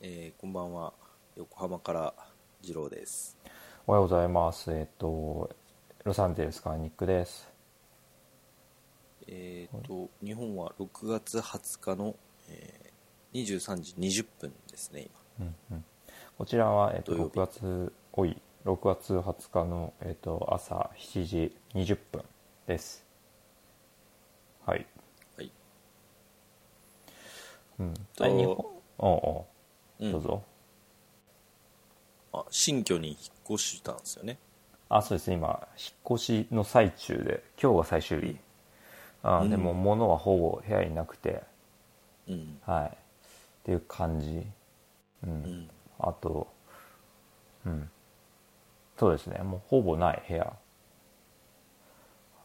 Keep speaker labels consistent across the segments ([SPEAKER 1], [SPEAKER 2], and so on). [SPEAKER 1] えーこんばんは横浜から次郎です
[SPEAKER 2] おはようございます。えっと、ロサンゼルスからニックです。
[SPEAKER 1] えっ、と日本は6月20日の、えー23時20分ですね
[SPEAKER 2] うんうん、こちらは、えっと、
[SPEAKER 1] 土曜
[SPEAKER 2] 6
[SPEAKER 1] 日
[SPEAKER 2] 月、おい、6月20日の、えっと、朝7時20分です。はい。
[SPEAKER 1] 今はい
[SPEAKER 2] うん。
[SPEAKER 1] と
[SPEAKER 2] あ日本おうおう、
[SPEAKER 1] うん
[SPEAKER 2] どうぞ。
[SPEAKER 1] あ新居に引っ越したんですよね
[SPEAKER 2] あ、そうですね、今、引っ越しの最中で、今日が最終日。あ
[SPEAKER 1] うん
[SPEAKER 2] でも、物はほぼ部屋になくて、
[SPEAKER 1] うん
[SPEAKER 2] はい。っていう感じ。うん
[SPEAKER 1] うん
[SPEAKER 2] あと、うん。そうですね。もうほぼない部屋。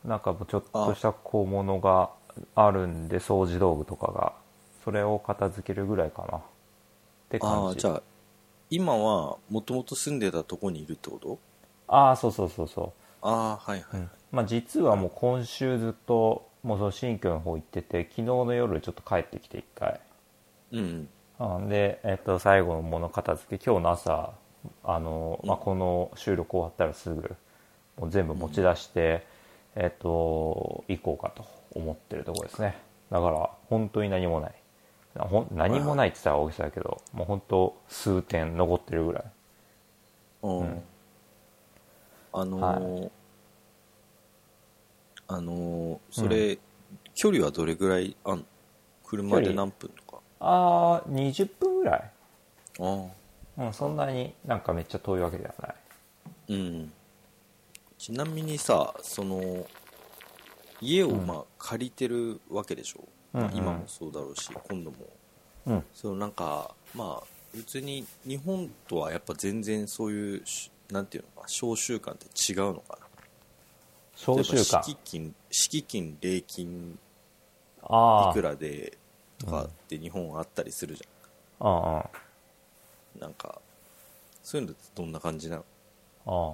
[SPEAKER 2] なんかもうちょっとした小物があるんで、掃除道具とかが。それを片付けるぐらいかな。って
[SPEAKER 1] あ
[SPEAKER 2] 感
[SPEAKER 1] あ
[SPEAKER 2] じ。
[SPEAKER 1] じゃあ今はもともと住んでたとこにいるってこと
[SPEAKER 2] ああ、そうそうそうそ
[SPEAKER 1] ああはいは
[SPEAKER 2] う。
[SPEAKER 1] い、
[SPEAKER 2] うんまあ実はもう今週ずっと、もうその新居の方行ってて、昨日の夜ちょっと帰ってきて一回。
[SPEAKER 1] うんうん
[SPEAKER 2] あで、えっと、最後の物片付け今日の朝あの、まあ、
[SPEAKER 1] うん
[SPEAKER 2] この収録終わったらすぐもう全部持ち出して、えっと、行こうかと思ってるところですねだから本当に何もないなほん何もないって言ったら大げさだけどもう本当数点残ってるぐらい
[SPEAKER 1] うんあのーあのーそれ、距離はどれぐらいあんの車
[SPEAKER 2] 距
[SPEAKER 1] で
[SPEAKER 2] 離
[SPEAKER 1] 何分とか
[SPEAKER 2] ああ20分ぐらい、
[SPEAKER 1] ああ
[SPEAKER 2] うん、そんなになんかめっちゃ遠いわけではない
[SPEAKER 1] うんちなみにさその家を
[SPEAKER 2] うん
[SPEAKER 1] まあ借りてるわけでしょ、
[SPEAKER 2] うんうん
[SPEAKER 1] まあ今もそうだろうし今度も
[SPEAKER 2] うん
[SPEAKER 1] そのなんかまあ別に日本とはやっぱ全然そういうしなんていうのか商習慣って違うのかな
[SPEAKER 2] 小習
[SPEAKER 1] 例えば
[SPEAKER 2] 慣
[SPEAKER 1] 敷金敷金礼金
[SPEAKER 2] ああ
[SPEAKER 1] いくらでとか
[SPEAKER 2] うん
[SPEAKER 1] って日本はあったりするじ
[SPEAKER 2] うんうん
[SPEAKER 1] ゃんなんかそういうのってどんな感じなの
[SPEAKER 2] ああ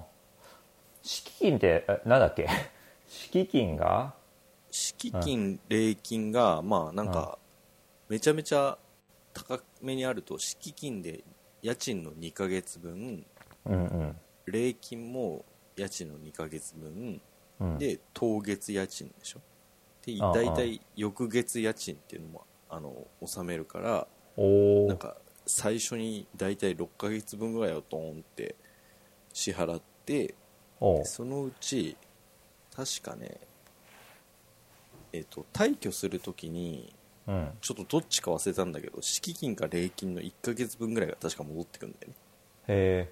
[SPEAKER 2] 敷金ってえなんだっけ 敷金が
[SPEAKER 1] 敷金、礼金が、まあなんか、めちゃめちゃ高めにあると、敷金で家賃の2ヶ月分、
[SPEAKER 2] うんうん
[SPEAKER 1] 礼金も家賃の2ヶ月分、
[SPEAKER 2] うん
[SPEAKER 1] で、当月家賃でしょ。で、
[SPEAKER 2] ああ
[SPEAKER 1] 大体翌月家賃っていうのも、あの、納めるから、
[SPEAKER 2] お
[SPEAKER 1] なん
[SPEAKER 2] お
[SPEAKER 1] か、最初に大体6ヶ月分ぐらいをドーンって支払って、
[SPEAKER 2] おう
[SPEAKER 1] そのうち確かねえっ、と退去するときに
[SPEAKER 2] うん
[SPEAKER 1] ちょっとどっちか忘れたんだけど敷金か礼金の1ヶ月分ぐらいが確か戻ってくるんだよね
[SPEAKER 2] へ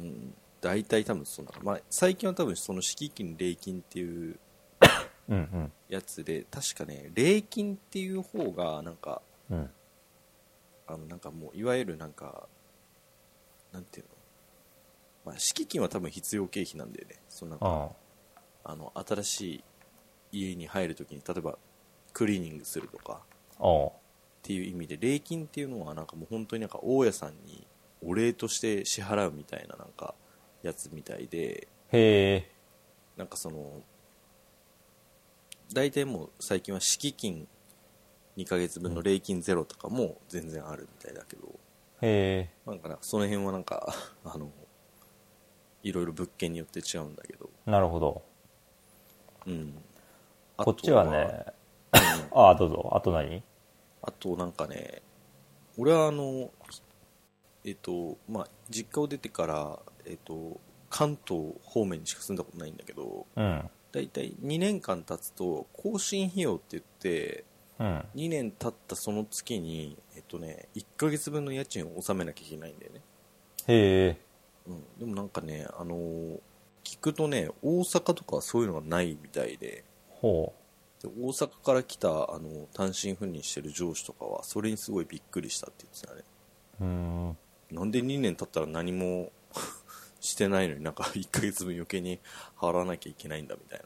[SPEAKER 1] うん大体多分そんな、まあ、最近は多分その敷金礼金っていう
[SPEAKER 2] えうん
[SPEAKER 1] やつで確かね礼金っていう方がなんか
[SPEAKER 2] うんうん
[SPEAKER 1] あのなんかもういわゆるなんかなんていうのまあ、敷金は多分必要経費なんだよね。そのなんか
[SPEAKER 2] あ
[SPEAKER 1] あの新しい家に入るときに例えばクリーニングするとか
[SPEAKER 2] あお
[SPEAKER 1] っていう意味で礼金っていうのはなんかもう本当になんか大家さんにお礼として支払うみたいななんかやつみたいで
[SPEAKER 2] うへえ
[SPEAKER 1] なんかその大体もう最近は敷金2ヶ月分の礼金ゼロとかも全然あるみたいだけど、
[SPEAKER 2] へえ
[SPEAKER 1] なんかなその辺はなんか あのいろいろ物件によって違うんだけど、
[SPEAKER 2] なるほど
[SPEAKER 1] うん、あと
[SPEAKER 2] こっちはねああどうぞあと何
[SPEAKER 1] あとなんかね、俺はあの、えっと、まあ、実家を出てから、えっと、関東方面にしか住んだことないんだけど、
[SPEAKER 2] うん
[SPEAKER 1] だいたい2年間経つと、更新費用って言って、
[SPEAKER 2] うん
[SPEAKER 1] 2年経ったその月に、えっとね、1ヶ月分の家賃を納めなきゃいけないんだよね。
[SPEAKER 2] へえ
[SPEAKER 1] うん。でもなんかね、あの聞くとね、大阪とかはそういうのがないみたいで、
[SPEAKER 2] ほ
[SPEAKER 1] で大阪から来た、あの、単身赴任してる上司とかは、それにすごいびっくりしたって言ってたね。
[SPEAKER 2] ううーん
[SPEAKER 1] なんで2年経ったら何も してないのになんか1ヶ月分余計に払わなきゃいけないんだみたい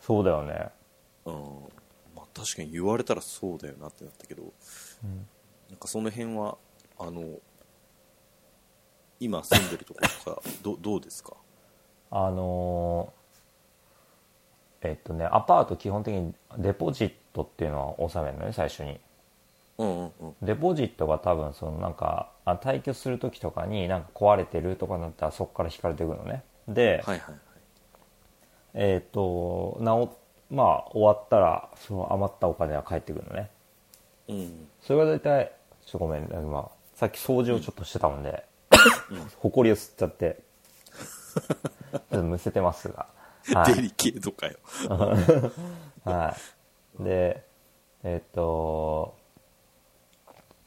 [SPEAKER 2] そうだよね
[SPEAKER 1] な、うんまあ、確かに言われたらそうだよなってなったけど
[SPEAKER 2] うん
[SPEAKER 1] なんかその辺はあの今住んでるところとかどどうですか
[SPEAKER 2] あのーえっとねアパート基本的にデポジットっていうのは納めるのね最初に
[SPEAKER 1] うんうんうん。
[SPEAKER 2] デポジットが多分そのなんかあ退去する時とかになんか壊れてるとかなったらそこから引かれてくるのねで、
[SPEAKER 1] はいはいはい。
[SPEAKER 2] えっ、と直まあ終わったらその余ったお金は返ってくるのね
[SPEAKER 1] うん。
[SPEAKER 2] それが大体ちょっとごめん、ね、今さっき掃除をちょっとしてたも んで、ほこりを吸っちゃってちょっとむせてます が、はい、
[SPEAKER 1] デリケートかよ。
[SPEAKER 2] はい。で、えっ、と、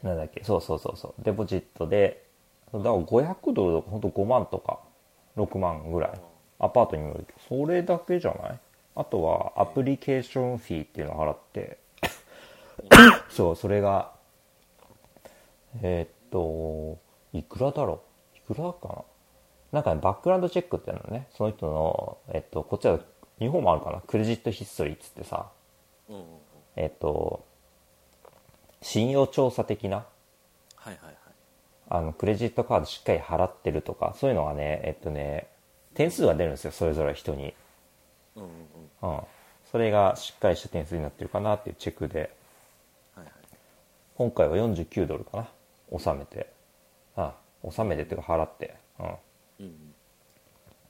[SPEAKER 2] なんだっけ、そうそうそうそう、デポジットで、だから500ドルとか、ほんと5万とか、6万ぐらい、アパートにもよるけど、それだけじゃないあとは、アプリケーションフィーっていうのを払って、そう、それが、えっと、いくらだろういくらかななんかね、バックグラウンドチェックっていうのね、その人の、えっと、こっちは、日本もあるかなクレジットヒストリーっつってさ、
[SPEAKER 1] うんうんうん。
[SPEAKER 2] えっと、信用調査的な、
[SPEAKER 1] はいはいはい。
[SPEAKER 2] あの、クレジットカードしっかり払ってるとか、そういうのがね、えっとね、点数が出るんですよ、それぞれ人に。
[SPEAKER 1] うんうんうん。
[SPEAKER 2] うん。それがしっかりした点数になってるかなっていうチェックで、
[SPEAKER 1] はいはい。
[SPEAKER 2] 今回は49ドルかな納めて。あ、納めてっていうか払って。うん。
[SPEAKER 1] うんうん。
[SPEAKER 2] っ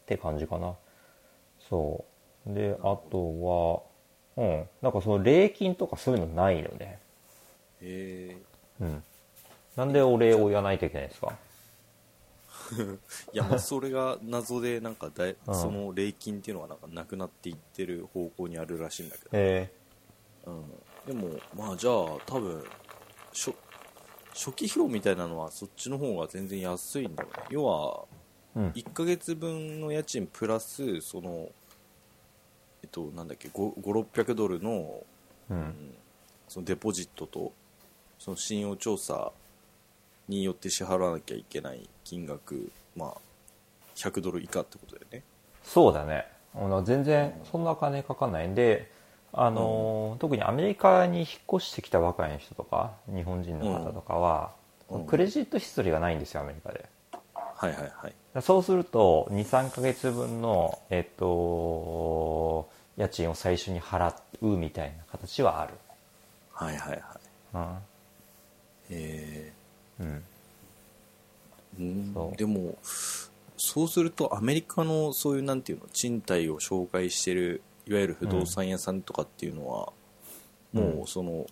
[SPEAKER 2] て感じかなそうであとはうんなんかその礼金とかそういうのないよね
[SPEAKER 1] え
[SPEAKER 2] うんなんでお礼を言わないといけないんですか
[SPEAKER 1] ー、いや、まあ、それが謎で、なんかだ い、
[SPEAKER 2] うん
[SPEAKER 1] その礼金っていうのがなんかなくなっていってる方向にあるらしいんだけど。
[SPEAKER 2] え
[SPEAKER 1] うん、でも、まあじゃあ多分初初期費用みたいなのはそっちの方が全然安いんだよね要は
[SPEAKER 2] えうん
[SPEAKER 1] 1ヶ月分の家賃プラスそのえっとなんだっけ5600ドルの,、
[SPEAKER 2] う
[SPEAKER 1] うんん、そのデポジットとその信用調査によって支払わなきゃいけない金額まあ100ドル以下ってことだよね
[SPEAKER 2] そうだねあの全然そんな金かかんないんであのー特にアメリカに引っ越してきたばかりの人とか日本人の方とかは、
[SPEAKER 1] うん
[SPEAKER 2] クレジットヒストリーがないんですよアメリカで
[SPEAKER 1] はいはいはい
[SPEAKER 2] そうすると23ヶ月分の、えっと、家賃を最初に払うみたいな形はある、
[SPEAKER 1] はいはいはい
[SPEAKER 2] うん
[SPEAKER 1] えー
[SPEAKER 2] うん、
[SPEAKER 1] うん
[SPEAKER 2] そう
[SPEAKER 1] でもそうするとアメリカのそういうなんていうの賃貸を紹介してるいわゆる不動産屋さんとかっていうのは、
[SPEAKER 2] うん
[SPEAKER 1] もうその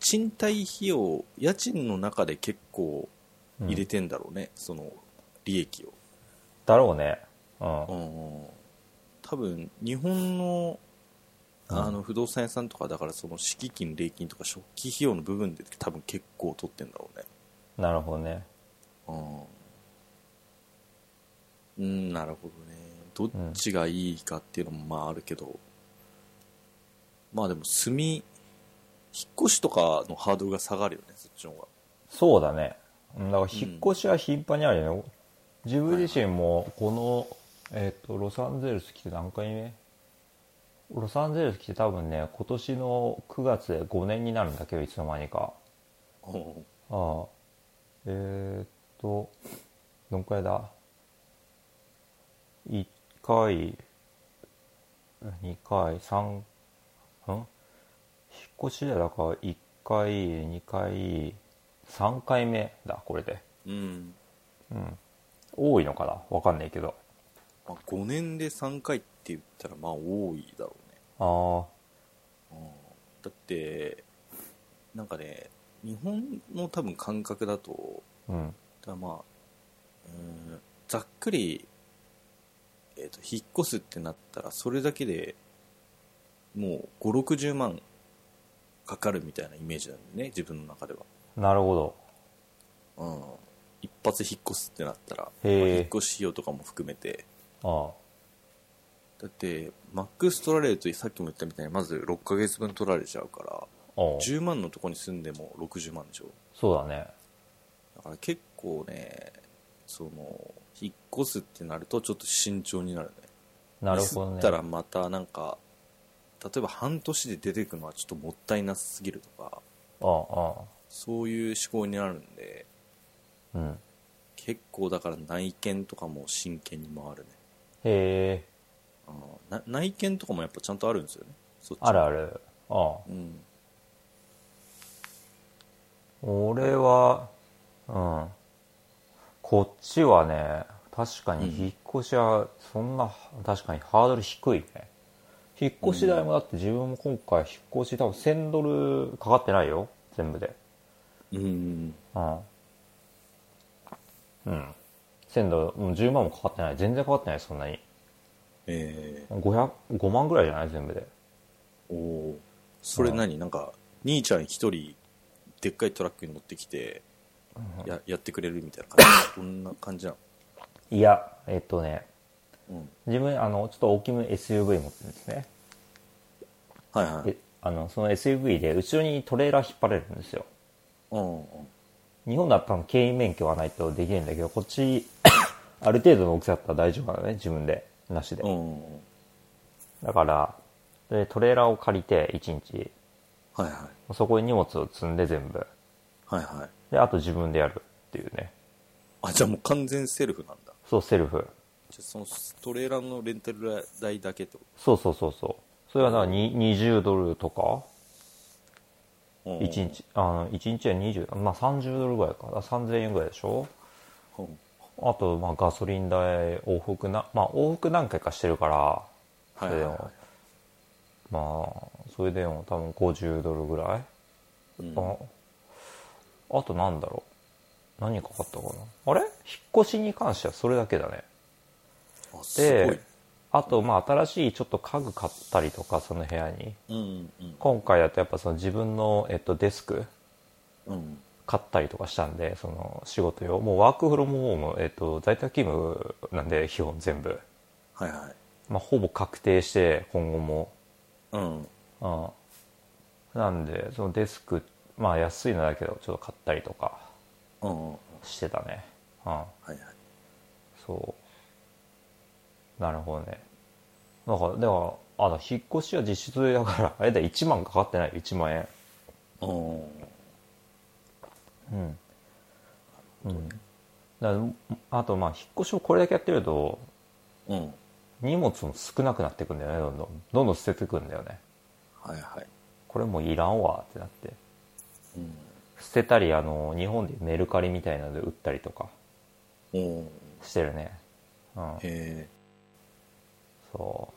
[SPEAKER 1] 賃貸費用家賃の中で結構入れてんだろうね、その利益を、
[SPEAKER 2] だろうね、うん
[SPEAKER 1] うん、多分日本の
[SPEAKER 2] うん
[SPEAKER 1] あの不動産屋さんとかだからその敷金礼金とか食器費用の部分で多分結構取ってんだろうね
[SPEAKER 2] なるほどね
[SPEAKER 1] うん、うん、なるほどね。どっちがいいかっていうのもまああるけど、まあでも住み、引っ越しとかのハードルが下がるよね、そっちの方が。
[SPEAKER 2] そうだねうんだから引っ越しは頻繁にあるよ、自分自身もこの、えっとロサンゼルス来て何回目ロサンゼルス来て多分ね今年の9月で5年になるんだけどいつの間にか
[SPEAKER 1] うん
[SPEAKER 2] ああえー、っとどんくらいだ1回2回3ん引っ越しでだから1回2回3回目だこれで
[SPEAKER 1] うん。
[SPEAKER 2] 多いのかなわかんないけど
[SPEAKER 1] まあ5年で3回って言ったらまあ多いだろうね。
[SPEAKER 2] あ
[SPEAKER 1] だって、なんかね、日本の多分感覚だと、
[SPEAKER 2] あうん
[SPEAKER 1] ただまあ、うーんざっくり、えーと引っ越すってなったらそれだけでもう5 6 0万かかるみたいなイメージなんでね自分の中では、
[SPEAKER 2] なるほど
[SPEAKER 1] うん、一発引っ越すってなったら、
[SPEAKER 2] へ
[SPEAKER 1] ま
[SPEAKER 2] ー
[SPEAKER 1] あ引っ越し費用とかも含めて
[SPEAKER 2] あ
[SPEAKER 1] だってマックス取られるとさっきも言ったみたいにまず6ヶ月分取られちゃうから
[SPEAKER 2] あああ
[SPEAKER 1] 10万のとこに住んでも60万でしょ
[SPEAKER 2] そうだね
[SPEAKER 1] だから結構ねその引っ越すってなるとちょっと慎重になるね
[SPEAKER 2] なるほど
[SPEAKER 1] ミ
[SPEAKER 2] ね
[SPEAKER 1] スったらまたなんか例えば半年で出てくのはちょっともったいなすぎるとか
[SPEAKER 2] あああ
[SPEAKER 1] そういう思考になるんで
[SPEAKER 2] あうん
[SPEAKER 1] 結構だから内見とかも真剣に回るね
[SPEAKER 2] へえ
[SPEAKER 1] あーな内見とかもやっぱちゃんとあるんですよねそっち
[SPEAKER 2] あるあるああ
[SPEAKER 1] うん
[SPEAKER 2] 俺は、うん。こっちはね、確かに引っ越しは、そんな、確かにハードル低いね。引っ越し代もだって自分も今回引っ越し多分1000ドルかかってないよ。全部で。
[SPEAKER 1] うん。
[SPEAKER 2] うん。うん。1000ドル、もう10万もかかってない。全然かかってない、そんなに。
[SPEAKER 1] え
[SPEAKER 2] 500、5万ぐらいじゃない全部で。
[SPEAKER 1] ー、おーそれ何なんか、兄ちゃん一人、でっかいトラックに乗ってきて、ややってくれるみたいな感じ。こんな感じなの。
[SPEAKER 2] いや、えっとね、
[SPEAKER 1] うん。
[SPEAKER 2] 自分、あの、ちょっと大きめの SUV 持ってるんですね。
[SPEAKER 1] はいはい
[SPEAKER 2] で。あのその SUV で後ろにトレーラー引っ張れるんですよ
[SPEAKER 1] うんうん。
[SPEAKER 2] 日本だったら牽引免許がないとできないんだけどこっち ある程度の大きさだったら大丈夫なのね自分でなしで
[SPEAKER 1] うんうん。
[SPEAKER 2] だからでトレーラーを借りて1日
[SPEAKER 1] はいはい。
[SPEAKER 2] そこに荷物を積んで全部
[SPEAKER 1] はいはい。
[SPEAKER 2] であと自分でやるっていうね
[SPEAKER 1] あ、じゃあもう完全セルフなんだ。
[SPEAKER 2] そうセルフ
[SPEAKER 1] じゃあそのトレーラーのレンタル代だけってこ
[SPEAKER 2] そうそうそうそうそれはだからに20ドルとか
[SPEAKER 1] とうん
[SPEAKER 2] 1日あの1日は20まあ30ドルぐらいかだから3000円ぐらいでしょ
[SPEAKER 1] うん
[SPEAKER 2] あと、まあ、ガソリン代往復な、まあ、往復何回かしてるから、
[SPEAKER 1] はい
[SPEAKER 2] そ
[SPEAKER 1] は
[SPEAKER 2] れ
[SPEAKER 1] い
[SPEAKER 2] で
[SPEAKER 1] は
[SPEAKER 2] も、まあ、それでも多分50ドルぐらい、
[SPEAKER 1] い。うん
[SPEAKER 2] ああとなんだろう。何かかったかな。あれ引っ越しに関してはそれだけだね。
[SPEAKER 1] あすごい
[SPEAKER 2] で。、あと、まあ、新しいちょっと家具買ったりとか、その部屋に。
[SPEAKER 1] うんうん
[SPEAKER 2] 今回だとやっぱその自分の、えっと、デスク
[SPEAKER 1] うん。うん。
[SPEAKER 2] 買ったりとかしたんで、その仕事用。もうワークフロムホーム、えっと、在宅勤務なんで、基本全部。
[SPEAKER 1] はいはい。
[SPEAKER 2] まあ、ほぼ確定して今後も、
[SPEAKER 1] うん。
[SPEAKER 2] うん、なんでそのデスクまあ安いのだけどちょっと買ったりとか
[SPEAKER 1] うんうん。はい
[SPEAKER 2] してたね、うん、
[SPEAKER 1] はい。
[SPEAKER 2] そうなるほどねなんかではあだ引っ越しは実質だからあれだ1万かかってない1万円
[SPEAKER 1] うん。は
[SPEAKER 2] うん、うん、だからあとまあ引っ越しをこれだけやってると
[SPEAKER 1] うん。
[SPEAKER 2] 荷物も少なくなってくんだよねどんどんどんどん捨ててくんだよね
[SPEAKER 1] はいはい。
[SPEAKER 2] これもういらんわってなって
[SPEAKER 1] うん。
[SPEAKER 2] 捨てたりあの日本でメルカリみたいなので売ったりとか
[SPEAKER 1] うん。
[SPEAKER 2] してるねうん
[SPEAKER 1] へえ。
[SPEAKER 2] そう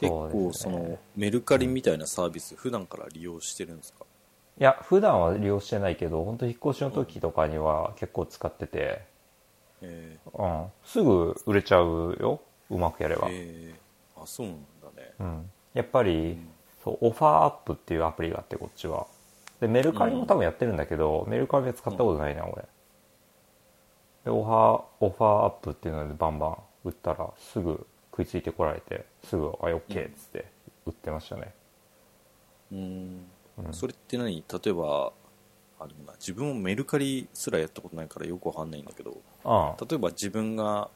[SPEAKER 1] 結構そ
[SPEAKER 2] そ
[SPEAKER 1] う
[SPEAKER 2] ですね
[SPEAKER 1] の、メルカリみたいなサービス、普段から利用してるんですか
[SPEAKER 2] いや普段は利用してないけど本当引っ越しの時とかには結構使ってて、
[SPEAKER 1] へえ。
[SPEAKER 2] うん、すぐ売れちゃうようまくやれば、
[SPEAKER 1] へえ。あ、そうなんだね。
[SPEAKER 2] うん、やっぱり、そうオファーアップっていうアプリがあってこっちはでメルカリも多分やってるんだけど、メルカリは使ったことないな、俺でオファーオファーアップっていうのでバンバン売ったらすぐ食いついてこられてすぐ「あオッケーっつって売ってましたね、
[SPEAKER 1] うん。
[SPEAKER 2] うん
[SPEAKER 1] それって何例えば、あでもな自分もメルカリすらやったことないからよくわかんないんだけど、
[SPEAKER 2] あ
[SPEAKER 1] 例えば自分が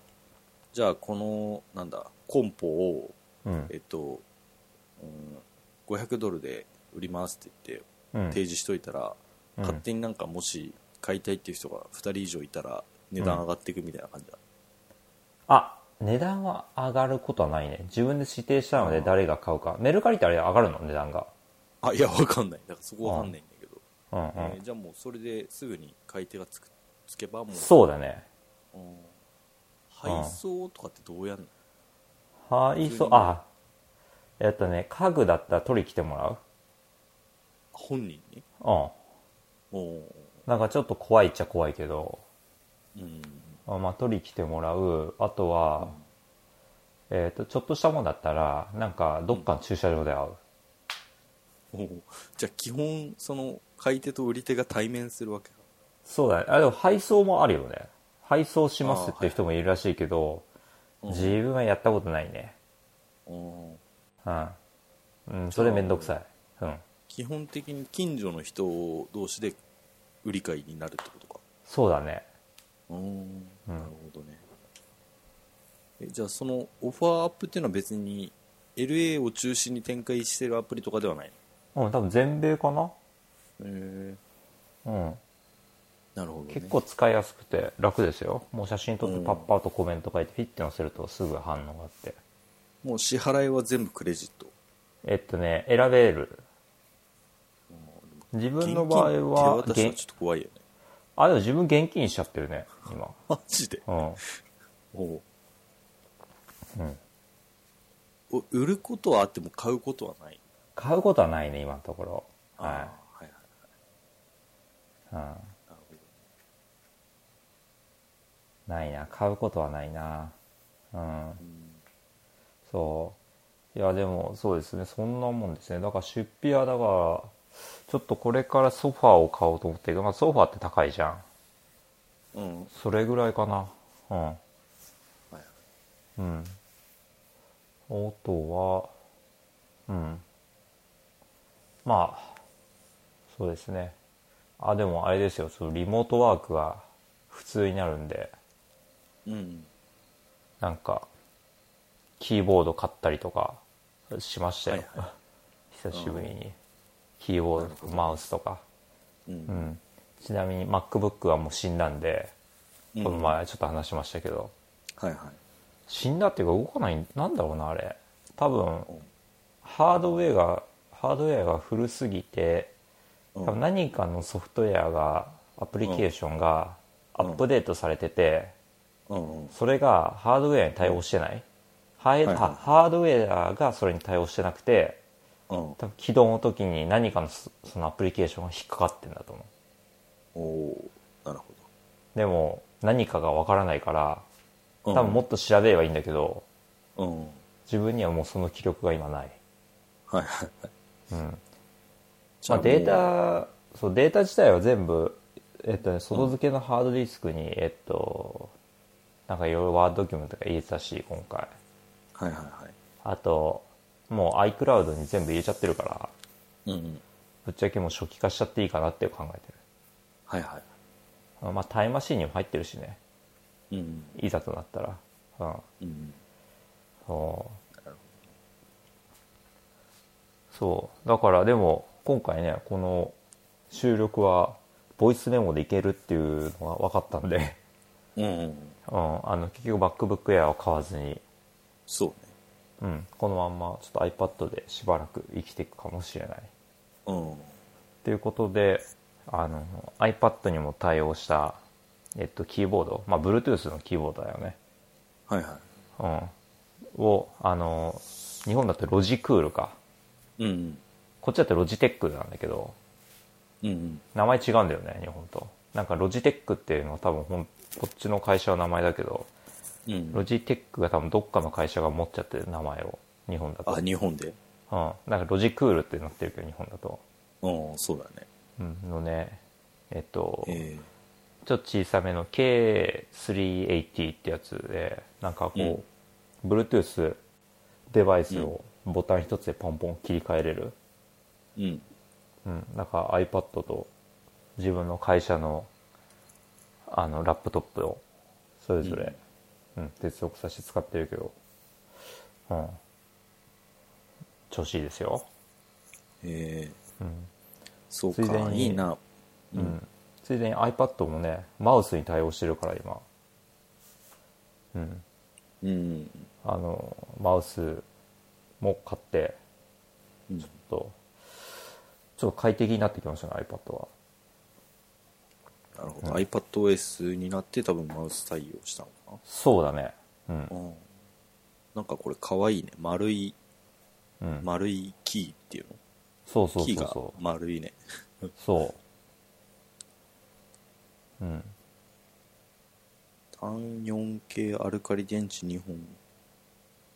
[SPEAKER 1] じゃあこのなんだコンポを
[SPEAKER 2] あうん
[SPEAKER 1] えっと、うん、500ドルで売りますって言って
[SPEAKER 2] うん
[SPEAKER 1] 提示しといたら、
[SPEAKER 2] うん
[SPEAKER 1] 勝手になんかもし買いたいっていう人が2人以上いたら値段上がっていくみたいな感じだ、
[SPEAKER 2] あ値段は上がることはないね自分で指定したので誰が買うかメルカリってあれ上がるの値段が
[SPEAKER 1] あいやわかんないだからそこわかんないんだけど、
[SPEAKER 2] うんうん、
[SPEAKER 1] えーじゃあもうそれですぐに買い手がつくつけばもう
[SPEAKER 2] そうだね
[SPEAKER 1] うん配送とかってどうやんの
[SPEAKER 2] はいそうあえっとね家具だったら取り来てもらう
[SPEAKER 1] 本人に
[SPEAKER 2] うん
[SPEAKER 1] おー
[SPEAKER 2] なんかちょっと怖いっちゃ怖いけど、
[SPEAKER 1] うん
[SPEAKER 2] あまあ、取り来てもらうあとは、えー、とちょっとしたもんだったらなんかどっかの駐車場で会う、
[SPEAKER 1] おーじゃあ基本その買い手と売り手が対面するわけか
[SPEAKER 2] そうだねあでも配送もあるよね配送しますっ
[SPEAKER 1] あー
[SPEAKER 2] て人もいるらしいけど、
[SPEAKER 1] うん
[SPEAKER 2] 自分はやったことないね
[SPEAKER 1] うん
[SPEAKER 2] うん、うん、それめんどくさいうん
[SPEAKER 1] 基本的に近所の人同士で売り買いになるってことか
[SPEAKER 2] そうだね
[SPEAKER 1] うん
[SPEAKER 2] うん
[SPEAKER 1] なるほどねえじゃあそのオファーアップっていうのは別に LA を中心に展開してるアプリとかではない
[SPEAKER 2] うん多分全米かな
[SPEAKER 1] へえ
[SPEAKER 2] うん
[SPEAKER 1] なるほど、ね、
[SPEAKER 2] 結構使いやすくて楽ですよもう写真撮ってパッパーとコメント書いてピッて載せるとすぐ反応があって
[SPEAKER 1] もう支払いは全部クレジット
[SPEAKER 2] えっとね選べる
[SPEAKER 1] うんでも
[SPEAKER 2] 自分の場合は
[SPEAKER 1] 現金手渡しは
[SPEAKER 2] 現
[SPEAKER 1] ちょっと怖いよね
[SPEAKER 2] あでも自分現金にしちゃってるね今
[SPEAKER 1] マジで
[SPEAKER 2] うん
[SPEAKER 1] おう
[SPEAKER 2] うん
[SPEAKER 1] お売ることはあっても買うことはない
[SPEAKER 2] 買うことはないね今のところは
[SPEAKER 1] あーはいはい
[SPEAKER 2] い、うん、
[SPEAKER 1] なるほど
[SPEAKER 2] ないな買うことはないなう
[SPEAKER 1] う
[SPEAKER 2] ん
[SPEAKER 1] ん
[SPEAKER 2] そういやでもそうですねそんなもんですねだから出費はだからちょっとこれからソファーを買おうと思ってるけど、まあ、ソファーって高いじゃん
[SPEAKER 1] うん
[SPEAKER 2] それぐらいかなうん
[SPEAKER 1] はい
[SPEAKER 2] うん音はうんまあそうですねあでもあれですよそのリモートワークが普通になるんで
[SPEAKER 1] うん
[SPEAKER 2] なんかキーボード買ったりとかしましたよ、
[SPEAKER 1] はい
[SPEAKER 2] 久しぶりにキーボ
[SPEAKER 1] なる
[SPEAKER 2] ー
[SPEAKER 1] ほ
[SPEAKER 2] ド
[SPEAKER 1] ど
[SPEAKER 2] マウスとか、
[SPEAKER 1] う
[SPEAKER 2] うんん、ちなみに MacBook はもう死んだんで
[SPEAKER 1] うん
[SPEAKER 2] この前ちょっと話しましたけど、
[SPEAKER 1] はいはい
[SPEAKER 2] 死んだっていうか動かないなんだろうなあれ多分ハードウェアがハードウェアが古すぎて
[SPEAKER 1] うん
[SPEAKER 2] 多分何かのソフトウェアがアプリケーションがアップデートされてて
[SPEAKER 1] うんうん
[SPEAKER 2] それがハードウェアに対応してないハイ
[SPEAKER 1] はいはい
[SPEAKER 2] ハードウェアがそれに対応してなくて
[SPEAKER 1] うん
[SPEAKER 2] 多分起動の時に何かのそそのアプリケーションが引っかかってんだと思
[SPEAKER 1] おおーなるほ
[SPEAKER 2] うでも何かがわからないから
[SPEAKER 1] ど
[SPEAKER 2] 多分もっと調べればいいんだけど
[SPEAKER 1] うんうん
[SPEAKER 2] 自分にはもうその気力が今ない
[SPEAKER 1] はいはい
[SPEAKER 2] うん
[SPEAKER 1] じゃ
[SPEAKER 2] まあ、
[SPEAKER 1] あ
[SPEAKER 2] データそうデータ自体は全部、えっとね、外付けのハードディスクに、えっとなんかいろいろワードドキュメントとか入れてたし今回
[SPEAKER 1] はいはいは
[SPEAKER 2] あともう iCloud に全部入れちゃってるから
[SPEAKER 1] いうんうん
[SPEAKER 2] ぶっちゃけもう初期化しちゃっていいかなって考えて
[SPEAKER 1] はいは
[SPEAKER 2] るまあタイムマシーンにも入ってるしね
[SPEAKER 1] いうん
[SPEAKER 2] いざとなったらうん
[SPEAKER 1] うん
[SPEAKER 2] そうそうだからでも今回ねこの収録はボイスメモでいけるっていうのが分かったんで
[SPEAKER 1] うんうんうん
[SPEAKER 2] うん、あの結局 MacBook Air を買わずに、
[SPEAKER 1] そうね
[SPEAKER 2] うん、このまんまちょっと iPad でしばらく生きていくかもしれない。
[SPEAKER 1] うん
[SPEAKER 2] ということであの iPad にも対応した、えっと、キーボード、まあ、Bluetooth のキーボードだよね、
[SPEAKER 1] はいは
[SPEAKER 2] うん、をあの日本だとロジクールか
[SPEAKER 1] いうん
[SPEAKER 2] こっちだとロジテックなんだけど
[SPEAKER 1] うんうん
[SPEAKER 2] 名前違うんだよね日本となんかロジテックっていうのは多分ほんこっちの会社の名前だけど
[SPEAKER 1] うんうん
[SPEAKER 2] ロジテックが多分どっかの会社が持っちゃってる名前を日本だと
[SPEAKER 1] あ日本で
[SPEAKER 2] うん、なんかロジクールってなってるけど日本だと、
[SPEAKER 1] うんそうだね
[SPEAKER 2] うん、のねえっと、
[SPEAKER 1] え
[SPEAKER 2] ちょっと小さめの K380 ってやつでなんかこう、Bluetooth デバイスをボタン一つでポンポン切り替えれる、
[SPEAKER 1] えうん
[SPEAKER 2] うん、なんか iPad と自分の会社のあのラップトップをそれぞれ、うん接続させて使ってるけど、うん、調子いいですよ、
[SPEAKER 1] ええ
[SPEAKER 2] うん、
[SPEAKER 1] そう
[SPEAKER 2] ついで
[SPEAKER 1] か
[SPEAKER 2] に
[SPEAKER 1] いいな
[SPEAKER 2] うんついでに iPad もねマウスに対応してるから今、うん、
[SPEAKER 1] うん
[SPEAKER 2] あのマウスも買って
[SPEAKER 1] うん
[SPEAKER 2] とちょっと快適になってきましたね iPad は
[SPEAKER 1] なるほど iPadOS になって多分マウス対応したのか
[SPEAKER 2] そうだねうん
[SPEAKER 1] なうんなんかこれかわいいね丸い
[SPEAKER 2] うん
[SPEAKER 1] 丸いキーっていう
[SPEAKER 2] そうそ
[SPEAKER 1] の
[SPEAKER 2] う
[SPEAKER 1] キ
[SPEAKER 2] そ
[SPEAKER 1] ー
[SPEAKER 2] う
[SPEAKER 1] が
[SPEAKER 2] そう
[SPEAKER 1] 丸いね
[SPEAKER 2] そううん
[SPEAKER 1] 単4系アルカリ電池2本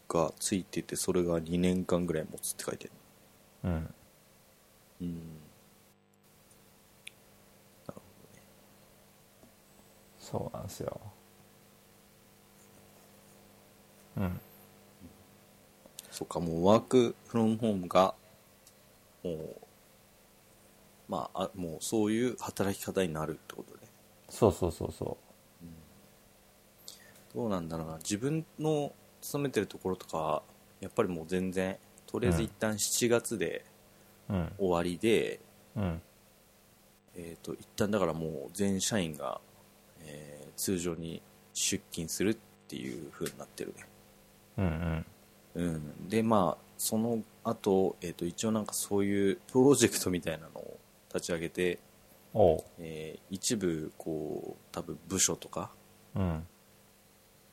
[SPEAKER 1] がついててそれが2年間ぐらい持つって書いてあ
[SPEAKER 2] うん
[SPEAKER 1] るうん
[SPEAKER 2] そうなんですようん
[SPEAKER 1] そうか、もうワークフロムホームが、もう、まあ、あもうそういう働き方になるってことで。
[SPEAKER 2] そうそうそうそ
[SPEAKER 1] どうなんだろうな、自分の勤めてるところとか、やっぱりもう全然、とりあえず一旦7月で
[SPEAKER 2] ううん
[SPEAKER 1] 終わりで、
[SPEAKER 2] うん
[SPEAKER 1] えっ、と、一旦だからもう全社員が、えー通常に出勤するっていう風になってるね。
[SPEAKER 2] うんうん
[SPEAKER 1] うん、でまあその後、えっと一応なんかそういうプロジェクトみたいなのを立ち上げて、
[SPEAKER 2] おう。
[SPEAKER 1] えー一部こう多分部署とか
[SPEAKER 2] うん。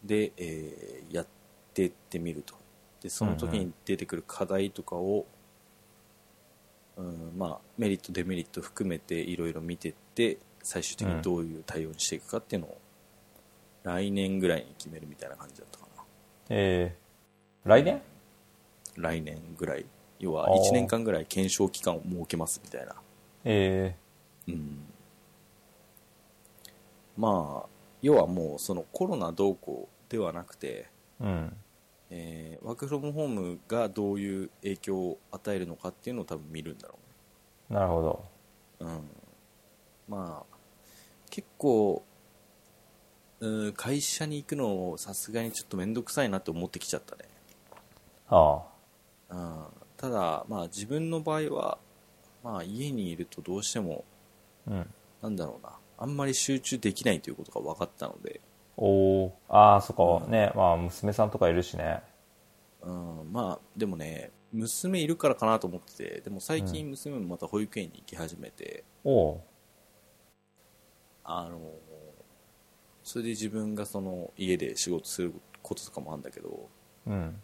[SPEAKER 1] で、えーやってってみるとでその時
[SPEAKER 2] うんう
[SPEAKER 1] に出てくる課題とかを、うんまあ、メリットデメリット含めていろいろ見てって最終的にどういう対応にしていくかっていうのを来年ぐらいに決めるみたいな感じだったかな
[SPEAKER 2] えー、来年
[SPEAKER 1] 来年ぐらい要は
[SPEAKER 2] あー
[SPEAKER 1] 1年間ぐらい検証期間を設けますみたいな
[SPEAKER 2] え
[SPEAKER 1] うんまあ要はもうそのコロナどうこうではなくて、
[SPEAKER 2] ー、うん。
[SPEAKER 1] えーワークフロムホームがどういう影響を与えるのかっていうのを多分見るんだろ
[SPEAKER 2] なるほど。
[SPEAKER 1] うね、うん、まあ結構うん会社に行くのをさすがにちょっと面倒くさいなって思ってきちゃったね、
[SPEAKER 2] あ
[SPEAKER 1] う
[SPEAKER 2] あ。
[SPEAKER 1] ん、ただまあ自分の場合は、まあ、家にいるとどうしても
[SPEAKER 2] うん。
[SPEAKER 1] なんだろうなあんまり集中できないということが分かったので、
[SPEAKER 2] おーああ、そっか、
[SPEAKER 1] うん
[SPEAKER 2] ね、まあ、娘さんとかいるしね。
[SPEAKER 1] うん、まあでもね娘いるからかなと思っててでも最近娘もまた保育園に行き始めて、
[SPEAKER 2] おう
[SPEAKER 1] あのそれで自分がその家で仕事することとかもあるんだけど
[SPEAKER 2] うん。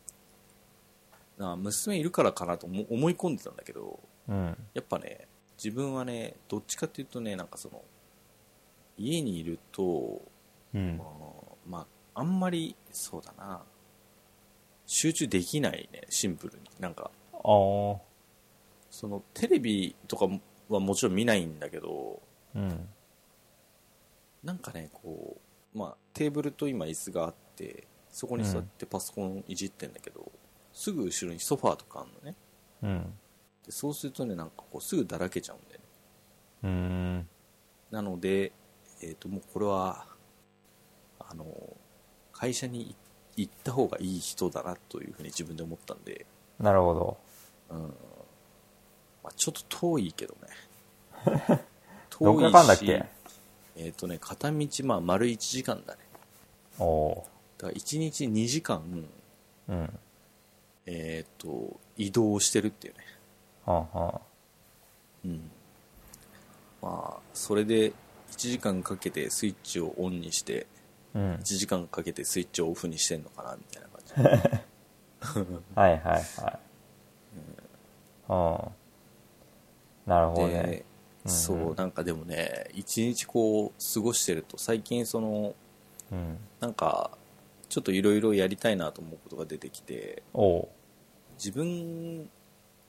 [SPEAKER 1] な娘いるからかなと思思い込んでたんだけど
[SPEAKER 2] うん。
[SPEAKER 1] やっぱね自分はねどっちかっていうとねなんかその家にいると、
[SPEAKER 2] うん
[SPEAKER 1] あ。のまああんまりそうだな集中できないねシンプルになんか
[SPEAKER 2] ああ。
[SPEAKER 1] そのテレビとかはもちろん見ないんだけど
[SPEAKER 2] うん。
[SPEAKER 1] なんかねこう、まあ、テーブルと今椅子があってそこに座ってパソコンいじってんだけど、すぐ後ろにソファーとかあるのね
[SPEAKER 2] うん。
[SPEAKER 1] でそうするとねなんかこうすぐだらけちゃうんだよね
[SPEAKER 2] うーん。
[SPEAKER 1] なので、えー、ともうこれはあの会社に行った方がいい人だなというふうに自分で思ったんで、
[SPEAKER 2] なるほど。
[SPEAKER 1] うんまあ、ちょっと遠いけ どね
[SPEAKER 2] どんくらいかかんだっけ
[SPEAKER 1] えっ、とね、片道、まあ、丸1時間だね。
[SPEAKER 2] おお
[SPEAKER 1] だから1日2時間、
[SPEAKER 2] う。うん。
[SPEAKER 1] えっ、と、移動してるっていうね。
[SPEAKER 2] はんは
[SPEAKER 1] うん。まあ、それで1時間かけてスイッチをオンにして、
[SPEAKER 2] ん。うん
[SPEAKER 1] 1。時間かけてスイッチをオフにしてんのかな、みたいな感じ。
[SPEAKER 2] はいはいはい。うん。なるほどね
[SPEAKER 1] で。、
[SPEAKER 2] うん
[SPEAKER 1] そう、なんかでもね、1日こう、過ごしてると、最近その、
[SPEAKER 2] うん。
[SPEAKER 1] なんか、ちょっといろいろやりたいなと思うことが出てきて、
[SPEAKER 2] おう。
[SPEAKER 1] 自分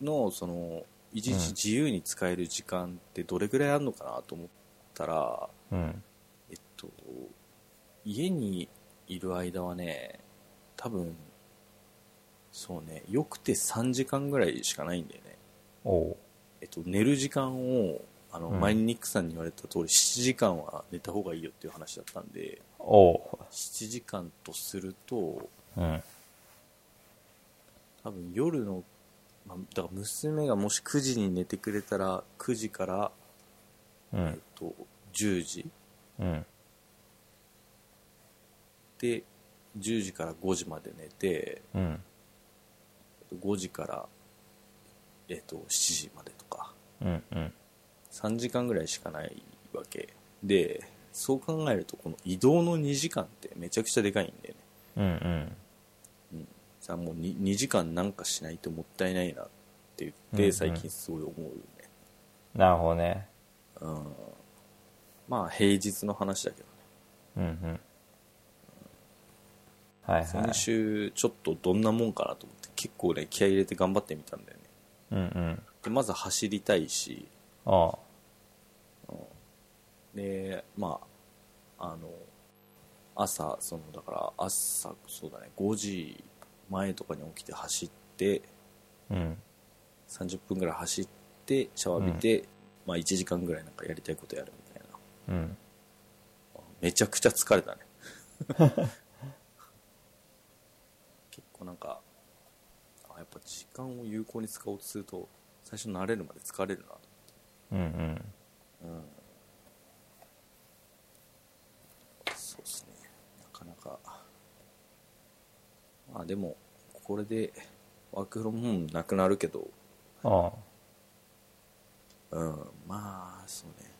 [SPEAKER 1] のその一日自由に使える時間ってどれぐらいあるのかなと思ったら、
[SPEAKER 2] うん。
[SPEAKER 1] えっと、家にいる間はね多分そうねよくて3時間ぐらいしかないんだよね、
[SPEAKER 2] おう。
[SPEAKER 1] えっと、寝る時間をあの、
[SPEAKER 2] うん
[SPEAKER 1] 前にニックさんに言われた通り7時間は寝た方がいいよっていう話だったんで
[SPEAKER 2] おう。
[SPEAKER 1] 7時間とすると
[SPEAKER 2] うん。
[SPEAKER 1] 多分夜の、まあ、だから娘がもし9時に寝てくれたら9時から、
[SPEAKER 2] う
[SPEAKER 1] えっ
[SPEAKER 2] ん。
[SPEAKER 1] と、10時
[SPEAKER 2] うん。
[SPEAKER 1] で10時から5時まで寝て
[SPEAKER 2] うん。
[SPEAKER 1] 5時から、えっと、7時までとか
[SPEAKER 2] うん。うん。
[SPEAKER 1] 3時間ぐらいしかないわけでそう考えるとこの移動の2時間ってめちゃくちゃでかいんだよね
[SPEAKER 2] うん。うん。
[SPEAKER 1] さあもう 2, 2時間なんかしないともったいないなって言って最近すごい思うよね、
[SPEAKER 2] なるほどね。
[SPEAKER 1] うん、まあ平日の話だけどね
[SPEAKER 2] うん。うん。はいはい
[SPEAKER 1] 先。週ちょっとどんなもんかなと思って結構ね気合い入れて頑張ってみたんだよね
[SPEAKER 2] うん。うん。
[SPEAKER 1] でまず走りたいし
[SPEAKER 2] おう。
[SPEAKER 1] でまああの朝そのだから朝そうだね5時前とかに起きて走って
[SPEAKER 2] うん。
[SPEAKER 1] 30分ぐらい走ってシャワー浴びて、まあ1時間ぐらいなんかやりたいことやるみたいな
[SPEAKER 2] うん。
[SPEAKER 1] めちゃくちゃ疲れたね結構なんかあやっぱ時間を有効に使おうとすると最初慣れるまで疲れる
[SPEAKER 2] うんう
[SPEAKER 1] な
[SPEAKER 2] ん。
[SPEAKER 1] うんそうですねなかなかまあでもこれでワークフロムホームなくなるけど
[SPEAKER 2] ああ。
[SPEAKER 1] うん、まあ、そうね。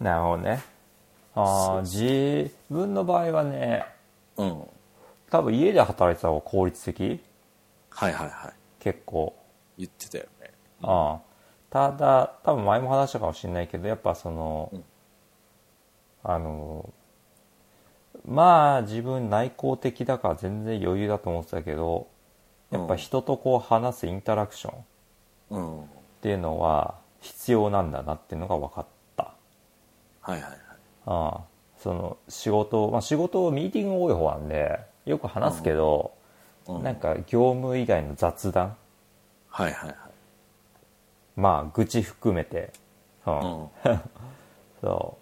[SPEAKER 1] うん。
[SPEAKER 2] なるほどね。ああ、自分の場合はね、
[SPEAKER 1] うん。
[SPEAKER 2] 多分家で働いてた方が効率的
[SPEAKER 1] はいはいはい。
[SPEAKER 2] 結構。
[SPEAKER 1] 言ってたよね。
[SPEAKER 2] ああただ多分前も話したかもしれないけどやっぱその、
[SPEAKER 1] うん
[SPEAKER 2] あのまあ自分内向的だから全然余裕だと思ってたけどやっぱ人とこう話すインタラクション
[SPEAKER 1] う
[SPEAKER 2] っ
[SPEAKER 1] ん。はい
[SPEAKER 2] ていうのは必要なんだなっていうのが分かった
[SPEAKER 1] はいはい。
[SPEAKER 2] ああその仕事、まあ、仕事ミーティング多い方なんでよく話すけど、
[SPEAKER 1] う
[SPEAKER 2] なん、か業務以外の雑談
[SPEAKER 1] はいはいはい。
[SPEAKER 2] まあ愚痴含めて、うん
[SPEAKER 1] うん。
[SPEAKER 2] そ
[SPEAKER 1] なるほど。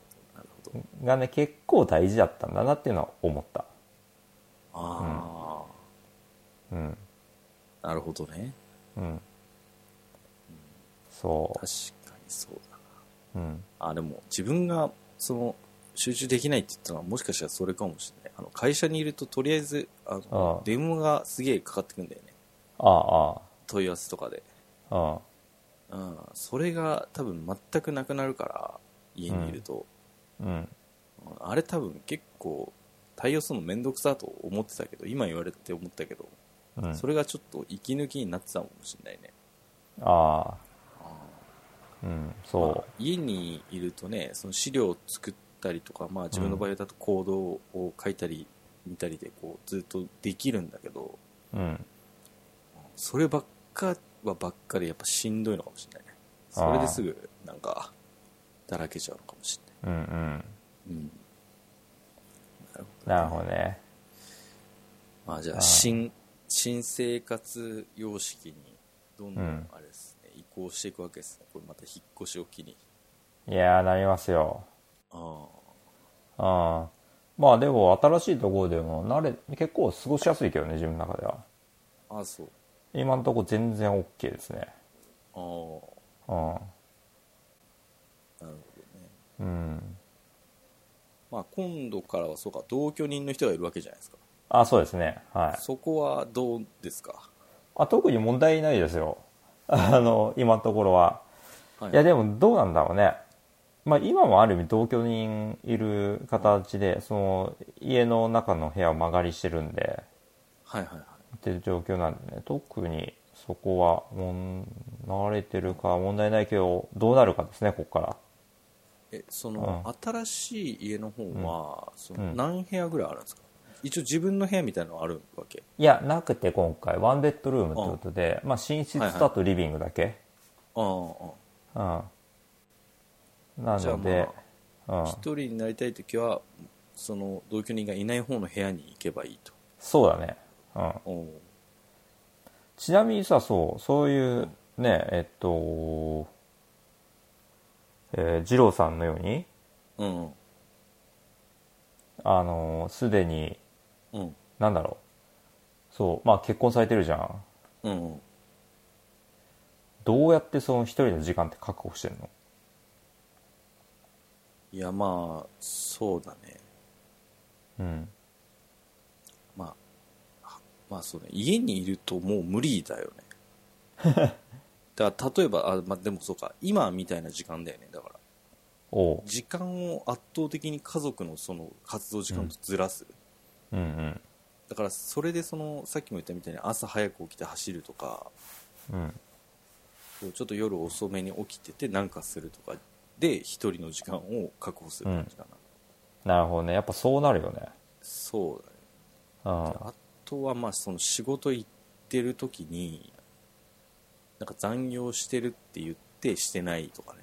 [SPEAKER 2] うがね結構大事だったんだなっていうのは思った
[SPEAKER 1] あ
[SPEAKER 2] うん
[SPEAKER 1] あ、なるほどね。
[SPEAKER 2] うんそ
[SPEAKER 1] 確かにそうだ
[SPEAKER 2] ううん
[SPEAKER 1] な。あ、でも自分が、その、集中できないって言ったのはもしかしたらそれかもしれない。あの、会社にいるととりあえず、あの、
[SPEAKER 2] ああ
[SPEAKER 1] 電話がすげえかかってくんだよね。
[SPEAKER 2] ああ
[SPEAKER 1] 問い合わせとかで。
[SPEAKER 2] あああ
[SPEAKER 1] うん。それが多分全くなくなるから、家にいると。
[SPEAKER 2] うん
[SPEAKER 1] あれ多分結構対応するのめんどくさと思ってたけど、今言われて思ったけど、
[SPEAKER 2] うん
[SPEAKER 1] それがちょっと息抜きになってたかもしれないね。
[SPEAKER 2] ああうんそ
[SPEAKER 1] 家にいるとね、その資料を作ったりとか、まあ自分の場合だと行動を書いたり見たりでこうずっとできるんだけど、
[SPEAKER 2] ううん
[SPEAKER 1] そればっかはばっかりやっぱしんどいのかもしれないね。それですぐなんかだらけちゃうのかもしれ
[SPEAKER 2] うんうん
[SPEAKER 1] ない。うん。
[SPEAKER 2] なるほどね
[SPEAKER 1] まあじゃ
[SPEAKER 2] あ
[SPEAKER 1] あ
[SPEAKER 2] ー
[SPEAKER 1] 新新生活様式にどんど
[SPEAKER 2] うん
[SPEAKER 1] んあれですね、移行していくわけですねこれまた引っ越しを機に
[SPEAKER 2] いやーなりますよ
[SPEAKER 1] あ
[SPEAKER 2] ああまあでも新しいところでも慣れ結構過ごしやすいけどね自分の中では
[SPEAKER 1] ああそう
[SPEAKER 2] 今のところ全然 OK ですね
[SPEAKER 1] ああ
[SPEAKER 2] うん
[SPEAKER 1] なるほどね
[SPEAKER 2] うん
[SPEAKER 1] まあ今度からはそうか同居人の人がいるわけじゃないですか
[SPEAKER 2] あそうですねはい
[SPEAKER 1] そこはどうですか
[SPEAKER 2] あ特に問題ないですよ。 あの、今のところは。
[SPEAKER 1] はい
[SPEAKER 2] いや、でもどうなんだろうね。まあ、今もある意味同居人いる形で、その、家の中の部屋を間借りしてるんで、
[SPEAKER 1] はいはいはい
[SPEAKER 2] っていう状況なんでね、特にそこは、もん、慣れてるか問題ないけど、どうなるかですね、ここから。
[SPEAKER 1] えその、
[SPEAKER 2] う
[SPEAKER 1] 新しい家の方は、その
[SPEAKER 2] うん
[SPEAKER 1] 何部屋ぐらいあるんですか一応自分の部屋みたいなのあるわけ
[SPEAKER 2] いや、なくて今回、ワンベッドルームってことで、まあ、寝室とあとリビングだけ。
[SPEAKER 1] ああ
[SPEAKER 2] うん。な
[SPEAKER 1] じゃあ
[SPEAKER 2] ので、うん
[SPEAKER 1] 一。人になりたい時はその同居人がいない方の部屋に行けばいいと
[SPEAKER 2] そうだね。うん。
[SPEAKER 1] おう
[SPEAKER 2] ちなみにさ、そう、そういう、ね、えっと、えー、二郎さんのように、
[SPEAKER 1] うん
[SPEAKER 2] あの、すでに、
[SPEAKER 1] うん
[SPEAKER 2] なんだろう、そう、まあ結婚されてるじゃん。
[SPEAKER 1] うん
[SPEAKER 2] どうやってその一人の時間って確保してるの
[SPEAKER 1] いやまあそうだね
[SPEAKER 2] うん。
[SPEAKER 1] まあはまあそうね家にいるともう無理だよねだから例えばあ、まあ、でもそうか今みたいな時間だよねだから
[SPEAKER 2] おう。
[SPEAKER 1] 時間を圧倒的に家族のその活動時間とずらす、
[SPEAKER 2] うんうん。
[SPEAKER 1] だからそれでそのさっきも言ったみたいに朝早く起きて走るとか
[SPEAKER 2] うん。
[SPEAKER 1] そうちょっと夜遅めに起きててなんかするとかで一人の時間を確保する感じかな、
[SPEAKER 2] なるほどね。やっぱそうなるよね。
[SPEAKER 1] そうだね
[SPEAKER 2] うん。
[SPEAKER 1] あとはまあその仕事行ってる時になんか残業してるって言ってしてないとか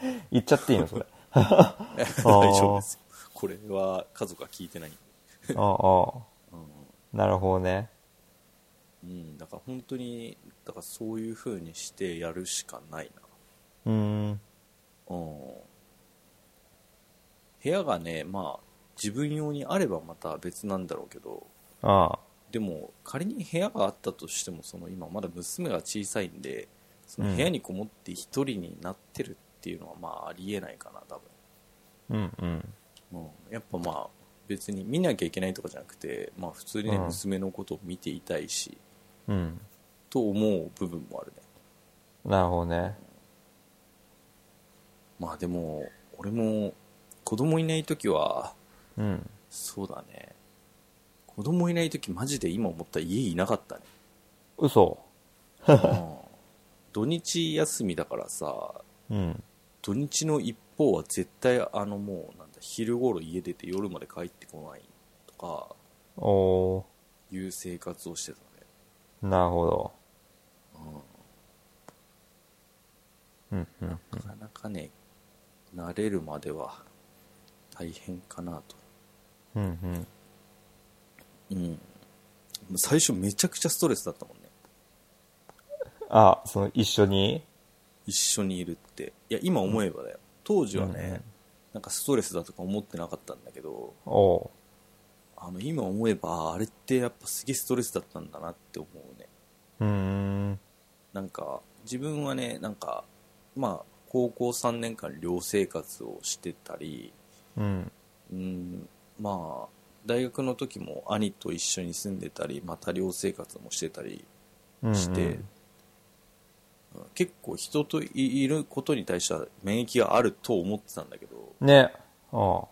[SPEAKER 1] ね
[SPEAKER 2] 言っちゃっていいのそれ。
[SPEAKER 1] 大丈夫ですよこれは家族は聞いてない、
[SPEAKER 2] ああ、
[SPEAKER 1] う
[SPEAKER 2] なるほどね。
[SPEAKER 1] んうん、だから本当にだからそういう風にしてやるしかない
[SPEAKER 2] うーん。
[SPEAKER 1] な、うん、部屋がねまあ自分用にあればまた別なんだろうけど
[SPEAKER 2] あ
[SPEAKER 1] でも仮に部屋があったとしてもその今まだ娘が小さいんでその部屋にこもって一人になってるっていうのはまあありえないかな多
[SPEAKER 2] あ。うんうん。
[SPEAKER 1] 分、うん、やっぱまあ別に見なきゃいけないとかじゃなくて、まあ、普通にね、
[SPEAKER 2] うん
[SPEAKER 1] 娘のことを見ていたいし、
[SPEAKER 2] うん。
[SPEAKER 1] と思う部分もあるね
[SPEAKER 2] なるほどね。
[SPEAKER 1] まあでも俺も子供いない時は
[SPEAKER 2] うん。
[SPEAKER 1] そうだね子供いない時マジで今思ったら家いなか ったね
[SPEAKER 2] 嘘。
[SPEAKER 1] うん土日休みだからさ
[SPEAKER 2] うん。
[SPEAKER 1] 土日の一方は絶対あのもうなんだ昼頃家出て夜まで帰ってこないとか
[SPEAKER 2] お
[SPEAKER 1] いう生活をしてたね
[SPEAKER 2] ー、なるほど。
[SPEAKER 1] うん
[SPEAKER 2] うん、うん。
[SPEAKER 1] なかなかね、慣れるまでは大変かなと。
[SPEAKER 2] うん、うん。
[SPEAKER 1] うん。最初めちゃくちゃストレスだったもんね。
[SPEAKER 2] あ、その一緒に
[SPEAKER 1] 一緒にいるって。いや、今思えばだよ。当時はね、
[SPEAKER 2] うん
[SPEAKER 1] なんかストレスだとか思ってなかったんだけど、
[SPEAKER 2] おう
[SPEAKER 1] あの、今思えば、あれってやっぱすげえストレスだったんだなって思うね。
[SPEAKER 2] うーん。
[SPEAKER 1] なんか、自分はね、なんか、まあ、高校3年間寮生活をしてたり、
[SPEAKER 2] うん。
[SPEAKER 1] うん、まあ大学の時も兄と一緒に住んでたりまた寮生活もしてたり、
[SPEAKER 2] うんうん
[SPEAKER 1] してうん結構人といいることに対しては免疫があると思ってたんだけど
[SPEAKER 2] ね。おう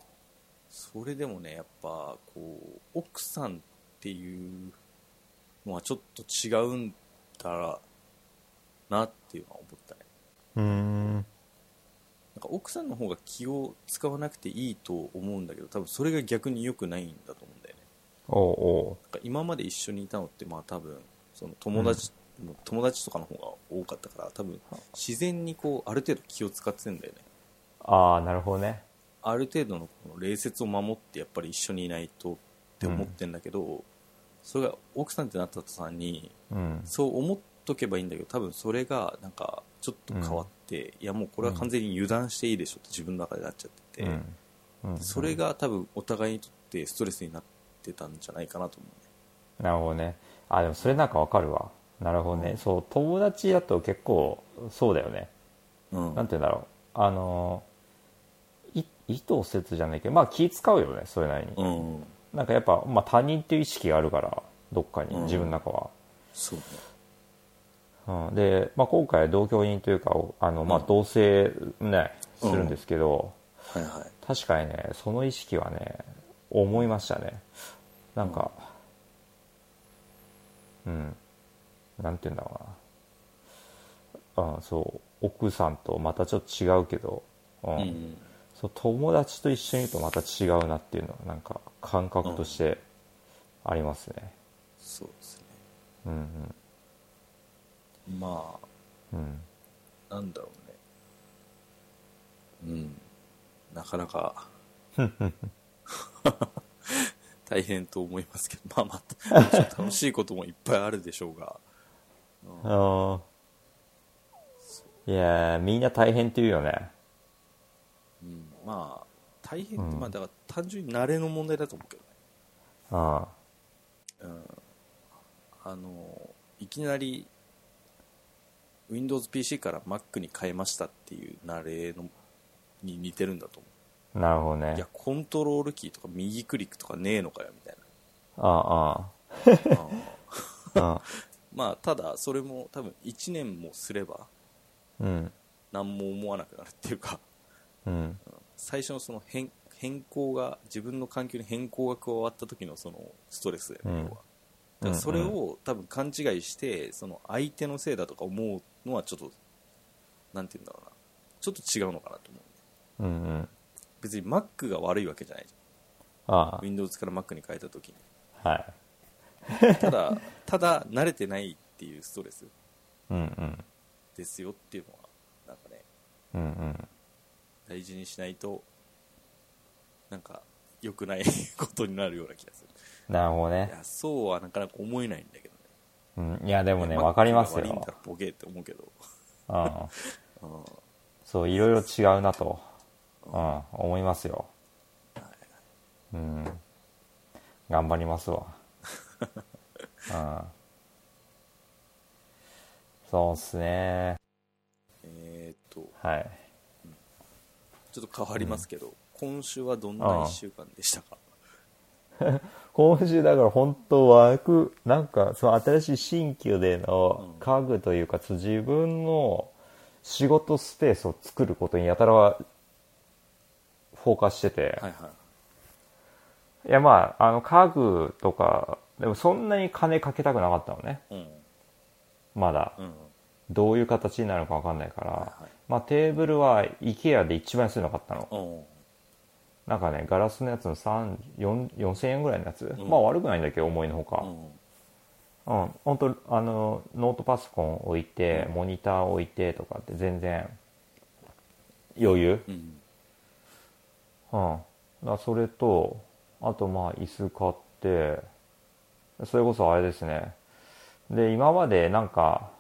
[SPEAKER 1] それでもねやっぱこう奥さんっていうのはちょっと違うんだなっていうのは思ったね
[SPEAKER 2] うーん。
[SPEAKER 1] なんか奥さんの方が気を使わなくていいと思うんだけど多分それが逆に良くないんだと思うんだよね
[SPEAKER 2] おうお
[SPEAKER 1] なんか今まで一緒にいたのってまあ多分その友達、友達とかの方が多かったから多分自然にこうある程度気を使ってんだよね
[SPEAKER 2] うああ、なるほどね。
[SPEAKER 1] ある程度のこの礼節を守ってやっぱり一緒にいないとって思ってんだけど、それが奥さんってなった途端に
[SPEAKER 2] うん。
[SPEAKER 1] そう思っとけばいいんだけど多分それがなんかちょっと変わって、いやもうこれは完全に油断していいでしょって自分の中でなっちゃってて、
[SPEAKER 2] うんうん。
[SPEAKER 1] それが多分お互いにとってストレスになってたんじゃないかなと思うね
[SPEAKER 2] なるほどね。あ、でもそれなんかわかるわ。なるほどね。そう、友達だと結構、そうだよね。
[SPEAKER 1] うん
[SPEAKER 2] なんて言うんだろう。あの、い意図せずじゃないけど、まあ気使うよね、それなりに。
[SPEAKER 1] うん、
[SPEAKER 2] なんかやっぱ、まあ他人っていう意識があるから、どっかに
[SPEAKER 1] うん、
[SPEAKER 2] 自分の中は。
[SPEAKER 1] そうね
[SPEAKER 2] うん、で、まあ今回は同居人というか、おあの、まあ
[SPEAKER 1] うん
[SPEAKER 2] 同棲ね、す
[SPEAKER 1] うん
[SPEAKER 2] るんですけど、
[SPEAKER 1] はいはい
[SPEAKER 2] 確かにね、その意識はね、思いましたね。なんか、うん、なんて言うんだろうな。あそう、奥さんとまたちょっと違うけど、うん
[SPEAKER 1] うん、
[SPEAKER 2] そう友達と一緒にいるとまた違うなっていうのは、なんか感覚としてありますね。
[SPEAKER 1] そうですね。
[SPEAKER 2] うん、
[SPEAKER 1] ま
[SPEAKER 2] うん、うん。
[SPEAKER 1] あ、なんだろうね。うん。なかな か、大変と思いますけど、まあまあ、もちろん楽しいこともいっぱいあるでしょうが、
[SPEAKER 2] あーいやー、みんな大変って言うよね。
[SPEAKER 1] うん、まあ、大変って、
[SPEAKER 2] うん
[SPEAKER 1] まあだから単純に慣れの問題だと思うけどね。
[SPEAKER 2] あ
[SPEAKER 1] あの、いきなり、Windows PC から Mac に変えましたっていう慣れのに似てるんだと思う。
[SPEAKER 2] あ、なるほどね。
[SPEAKER 1] いや、コントロールキーとか右クリックとかねえのかよ、みたい
[SPEAKER 2] あ
[SPEAKER 1] な。うん
[SPEAKER 2] あ、ああ、
[SPEAKER 1] まあ、ただ、それも多分1年もすれば、
[SPEAKER 2] うん、
[SPEAKER 1] 何も思わなくなるっていうか、
[SPEAKER 2] うん。
[SPEAKER 1] 最初のその変変更が、自分の環境に変更が加わった時のそのストレスだよね、
[SPEAKER 2] うん
[SPEAKER 1] 要は。だからそれ
[SPEAKER 2] うん
[SPEAKER 1] を多分勘違いして、その相手のせいだとか思うのはちょっと、なんて言うんだろうな。ちょっと違うのかなと思う。
[SPEAKER 2] うんうん。
[SPEAKER 1] 別に Mac が悪いわけじゃないじ
[SPEAKER 2] あ
[SPEAKER 1] ゃん。Windows から Mac に変えた時に。
[SPEAKER 2] あ、はい。
[SPEAKER 1] た だ、ただ慣れてないっていうストレス
[SPEAKER 2] うんうん。
[SPEAKER 1] ですよっていうのは、なんかね、
[SPEAKER 2] うんうん。
[SPEAKER 1] 大事にしないと、なんか、良くないことになるような気がする。
[SPEAKER 2] なるほ
[SPEAKER 1] い
[SPEAKER 2] どね。
[SPEAKER 1] や、そうはなかなか思えないんだけどね。
[SPEAKER 2] うん、いや、で
[SPEAKER 1] で
[SPEAKER 2] もね、わかります
[SPEAKER 1] 悪いん
[SPEAKER 2] よ
[SPEAKER 1] だ。ボケって思うけど。
[SPEAKER 2] うん。
[SPEAKER 1] うんはい
[SPEAKER 2] そう、いろいろ違うなと、うん、思いますよ。うん。頑張りますわ。うん。そうっすね。
[SPEAKER 1] えーっと、
[SPEAKER 2] はい。
[SPEAKER 1] ちょっと変わりますけど、今週はどんな1週間でしたか
[SPEAKER 2] 今週だから本当枠、なんかその新しい新旧での家具というか、自分の仕事スペースを作ることにやたらフォーカスしてて、、
[SPEAKER 1] はいはい
[SPEAKER 2] やまあ、あの家具とか、でもそんなに金かけたくなかったのね、
[SPEAKER 1] い。うん。
[SPEAKER 2] まだ。
[SPEAKER 1] うん。
[SPEAKER 2] どういう形になるのかわかんないから、
[SPEAKER 1] はい
[SPEAKER 2] まあテーブルは IKEA で一番安いの買ったの。
[SPEAKER 1] うん。
[SPEAKER 2] なんかね、ガラスのやつの3 4 4000円ぐらいのやつ、
[SPEAKER 1] ん
[SPEAKER 2] まあ悪くないんだけど、思いのほか。
[SPEAKER 1] うん。
[SPEAKER 2] うん、本当あのノートパソコン置いて、モニター置いてとかって全然余裕、
[SPEAKER 1] う
[SPEAKER 2] うん
[SPEAKER 1] ん。
[SPEAKER 2] だからそれとあとまあ椅子買ってそれこそあれですねで今までなんか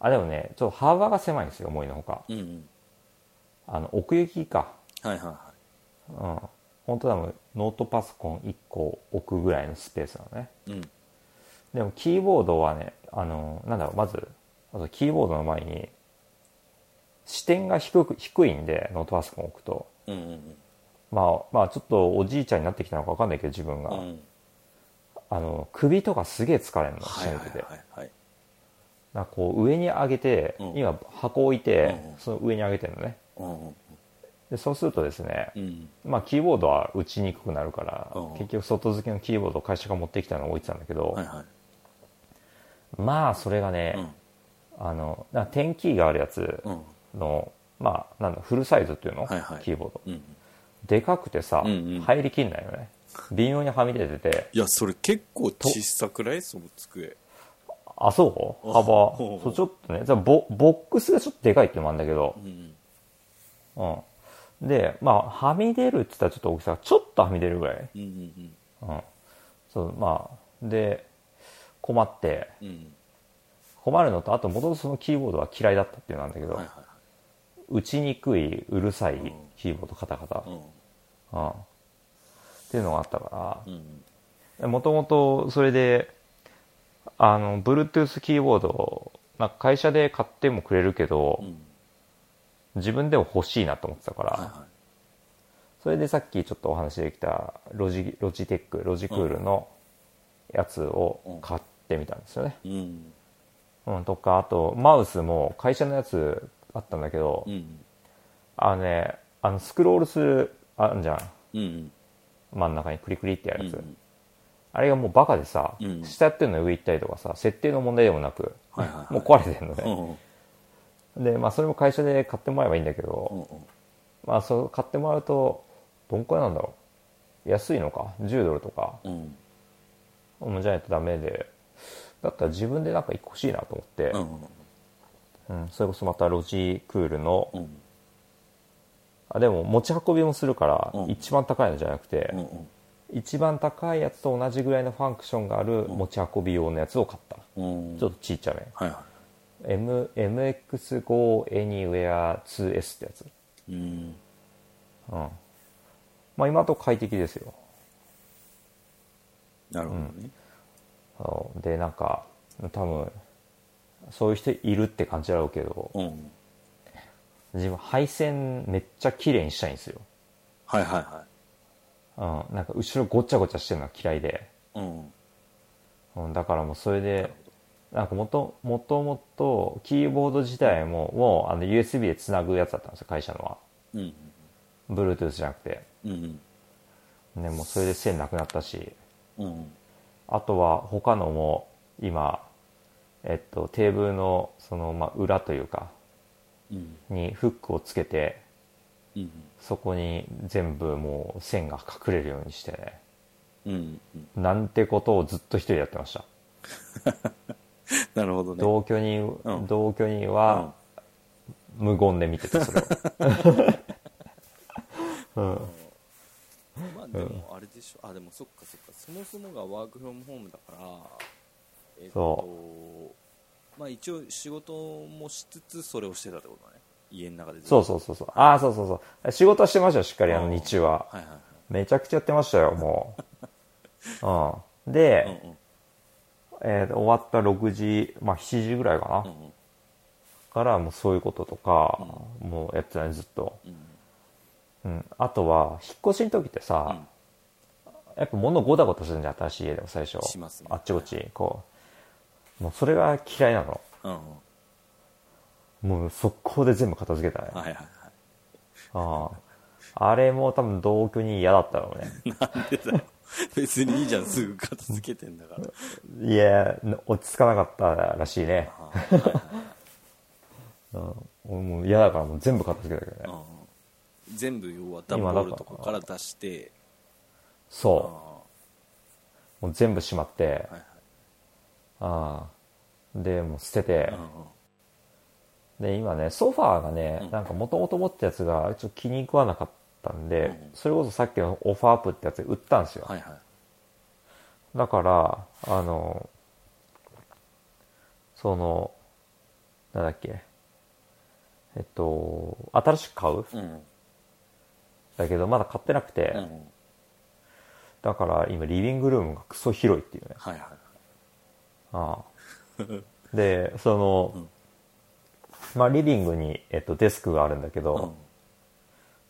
[SPEAKER 2] あでもねちょっと幅が狭いんですよ思いのほか
[SPEAKER 1] うんうん。
[SPEAKER 2] あの奥行きか
[SPEAKER 1] はいはいは
[SPEAKER 2] うん本当多分ノートパソコン1個置くぐらいのスペースなのね
[SPEAKER 1] い。うん。
[SPEAKER 2] でもキーボードはね、あの、なんだろう、まず、まずキーボードの前に、視点が低く、低いんで、ノートパソコン置くと。
[SPEAKER 1] うんうん
[SPEAKER 2] まあ、まあ、ちょっとおじいちゃんになってきたのか分かんないけど、自分が。
[SPEAKER 1] うん。うん。
[SPEAKER 2] あの、首とかすげえ疲れるの、
[SPEAKER 1] は
[SPEAKER 2] シ
[SPEAKER 1] いは
[SPEAKER 2] ン
[SPEAKER 1] い
[SPEAKER 2] クで。
[SPEAKER 1] はいはい。
[SPEAKER 2] なんかこう、上に上げて、
[SPEAKER 1] うん
[SPEAKER 2] 今、箱置い
[SPEAKER 1] う
[SPEAKER 2] て、
[SPEAKER 1] んうん
[SPEAKER 2] その上に上げてるのね。
[SPEAKER 1] うんうん
[SPEAKER 2] で、そうするとですね、
[SPEAKER 1] うん。
[SPEAKER 2] まあ、キーボードは打ちにくくなるから、
[SPEAKER 1] うん
[SPEAKER 2] 結局、外付けのキーボードを会社が持ってきたのを置いてたんだけど、
[SPEAKER 1] はいはい。
[SPEAKER 2] まあ、それがね、
[SPEAKER 1] うん。
[SPEAKER 2] あの、なんかテンキーがあるやつ、
[SPEAKER 1] うん。
[SPEAKER 2] の、まあ、なんだ、フルサイズっていうの、
[SPEAKER 1] はいはい
[SPEAKER 2] キーボード。
[SPEAKER 1] うん。
[SPEAKER 2] でかくてさ、
[SPEAKER 1] うんうん
[SPEAKER 2] 入りきんないよね。微妙にはみ出てて、
[SPEAKER 1] いや、それ結構小さくないその机。
[SPEAKER 2] あ、そう幅
[SPEAKER 1] ほう。
[SPEAKER 2] そう、ちょっとね、じゃあボボックスがちょっとでかいっていうのもあるんだけど
[SPEAKER 1] う、ん。
[SPEAKER 2] うん。で、まあ、はみ出るって言ったらちょっと大きさがちょっとはみ出るぐらい。
[SPEAKER 1] うんうん
[SPEAKER 2] うん。そう、まあ、で、困って、
[SPEAKER 1] うん。うん。
[SPEAKER 2] 困るのと、あと、元々そのキーボードは嫌いだったっていうのなんだけど、
[SPEAKER 1] はいは
[SPEAKER 2] 打ちにくい、うるさい
[SPEAKER 1] ん
[SPEAKER 2] キーボード、カタカタ
[SPEAKER 1] い。。うん。
[SPEAKER 2] うん。っていうのがあったから、
[SPEAKER 1] うん。
[SPEAKER 2] もともとそれで、あの、Bluetooth キーボードを、なんか会社で買ってもくれるけど、
[SPEAKER 1] うん。
[SPEAKER 2] 自分でも欲しいなと思ってたから、
[SPEAKER 1] はいは
[SPEAKER 2] それでさっきちょっとお話できたロジ、ロジテック、ロジクールのやつを買ってみたんですよね。
[SPEAKER 1] い。うん。
[SPEAKER 2] うん、とか、あと、マウスも会社のやつあったんだけど、
[SPEAKER 1] うん。
[SPEAKER 2] あのね、あの、スクロールする、あんじゃん。
[SPEAKER 1] うん。
[SPEAKER 2] 真ん中にクリクリってやるやつ。
[SPEAKER 1] うん
[SPEAKER 2] あれがもうバカでさ、
[SPEAKER 1] うん
[SPEAKER 2] 下やってるの上行ったりとかさ、設定の問題でもなく、
[SPEAKER 1] はいはいはい
[SPEAKER 2] もう壊れてるのね。
[SPEAKER 1] うん。
[SPEAKER 2] で、まあ、それも会社で買ってもらえばいいんだけ
[SPEAKER 1] う
[SPEAKER 2] ど、
[SPEAKER 1] んうん。
[SPEAKER 2] まあ、そう買ってもらうと、どんくらいなんだろう。安いのか、10ドルとか、
[SPEAKER 1] うん。
[SPEAKER 2] もうじゃないとダメで、だったら自分でなんか一個欲しいなと思って、
[SPEAKER 1] う
[SPEAKER 2] うん
[SPEAKER 1] ん。
[SPEAKER 2] それこそまたロジクールの、
[SPEAKER 1] うん。
[SPEAKER 2] あでも持ち運びもするから、
[SPEAKER 1] うん
[SPEAKER 2] 一番高いのじゃなくて、
[SPEAKER 1] うんうん。
[SPEAKER 2] 一番高いやつと同じぐらいのファンクションがある持ち運び用のやつを買った。
[SPEAKER 1] うん。
[SPEAKER 2] ちょっとちっちゃめ。
[SPEAKER 1] はいは
[SPEAKER 2] M MX5 Anywhere 2S ってやつ。
[SPEAKER 1] い。うん。
[SPEAKER 2] うん。まあ今と快適ですよ。
[SPEAKER 1] なるほどね。
[SPEAKER 2] あのでなんか多分そういう人いるって感じだろうけど
[SPEAKER 1] うん。
[SPEAKER 2] 自分配線めっちゃ綺麗にしたいんですよ、
[SPEAKER 1] はいはいは
[SPEAKER 2] うん、なんか後ろごちゃごちゃしてるのが嫌いで、
[SPEAKER 1] い。うん。
[SPEAKER 2] うん、だからもうそれでなんかもともともとキーボード自体ももうあの USB でつなぐやつだったんですよ会社のは
[SPEAKER 1] うん。
[SPEAKER 2] Bluetooth じゃなくて
[SPEAKER 1] うん。
[SPEAKER 2] ねもうそれで線なくなったし
[SPEAKER 1] うん。
[SPEAKER 2] あとは他のも今、えっと、テーブルのその、まあ、裏というか
[SPEAKER 1] うん。
[SPEAKER 2] にフックをつけて
[SPEAKER 1] うん。
[SPEAKER 2] そこに全部もう線が隠れるようにしてね
[SPEAKER 1] うん。
[SPEAKER 2] なんてことをずっと一人でやってました、
[SPEAKER 1] なるほどね。
[SPEAKER 2] 同居人、
[SPEAKER 1] うん
[SPEAKER 2] 同居人は無言で見てたそれを
[SPEAKER 1] まあでもあれでしょ、あでもそっかそっかそもそもがワークフロムホームだからえっ、とまあ一応仕事もしつつそれをしてたってことだね家の中で
[SPEAKER 2] そううそうそうそうああそうそうそう仕事はしてましたよしっかりあ
[SPEAKER 1] う
[SPEAKER 2] の
[SPEAKER 1] ん
[SPEAKER 2] 日中は
[SPEAKER 1] はいはいは
[SPEAKER 2] めちゃくちゃやってましたよもう、うん、で
[SPEAKER 1] い、うんうん
[SPEAKER 2] えーと終わった6時まあ7時ぐらいかな、
[SPEAKER 1] うん
[SPEAKER 2] からもうそういうこととか、もうやってたねずっと、
[SPEAKER 1] うん
[SPEAKER 2] うん、あとは引っ越しの時ってさ、やっぱ物ゴタゴタするんじゃん、新しい家でも最初。
[SPEAKER 1] しますね
[SPEAKER 2] あっちこっち、こう。もうそれが嫌いなの。
[SPEAKER 1] うんうん
[SPEAKER 2] もう速攻で全部片付けたね。
[SPEAKER 1] はいはいは
[SPEAKER 2] ああ。あれも多分同居に嫌だったろうね。
[SPEAKER 1] いなんでだよ 別にいいじゃんすぐ片付けてんだから
[SPEAKER 2] いや、落ち着かなかったらしいね。
[SPEAKER 1] あーはいはい
[SPEAKER 2] うん。俺もう嫌だからもう全部片付けたけどね。
[SPEAKER 1] うん全部要は段ボールとかから出してあ
[SPEAKER 2] そ
[SPEAKER 1] あ
[SPEAKER 2] う。もう全部しまって
[SPEAKER 1] はい、はい
[SPEAKER 2] ああ。で、もう捨てて
[SPEAKER 1] う、んうん
[SPEAKER 2] で、今ね、ソファーがね、
[SPEAKER 1] うん
[SPEAKER 2] なんか元々持ってたやつが、ちょっと気に食わなかったんで、
[SPEAKER 1] うん
[SPEAKER 2] それこそさっきのオファーアップってやつで売ったんですよ。
[SPEAKER 1] はいはい
[SPEAKER 2] だから、あの、その、なんだっけ、えっと、新しく買う
[SPEAKER 1] うんうん
[SPEAKER 2] だけど、まだ買ってなくて、
[SPEAKER 1] うんうん
[SPEAKER 2] だから今リビングルームがクソ広いっていうね。
[SPEAKER 1] はいはい
[SPEAKER 2] あ あで、その、
[SPEAKER 1] うん
[SPEAKER 2] まあリビングに、えっと、デスクがあるんだけど、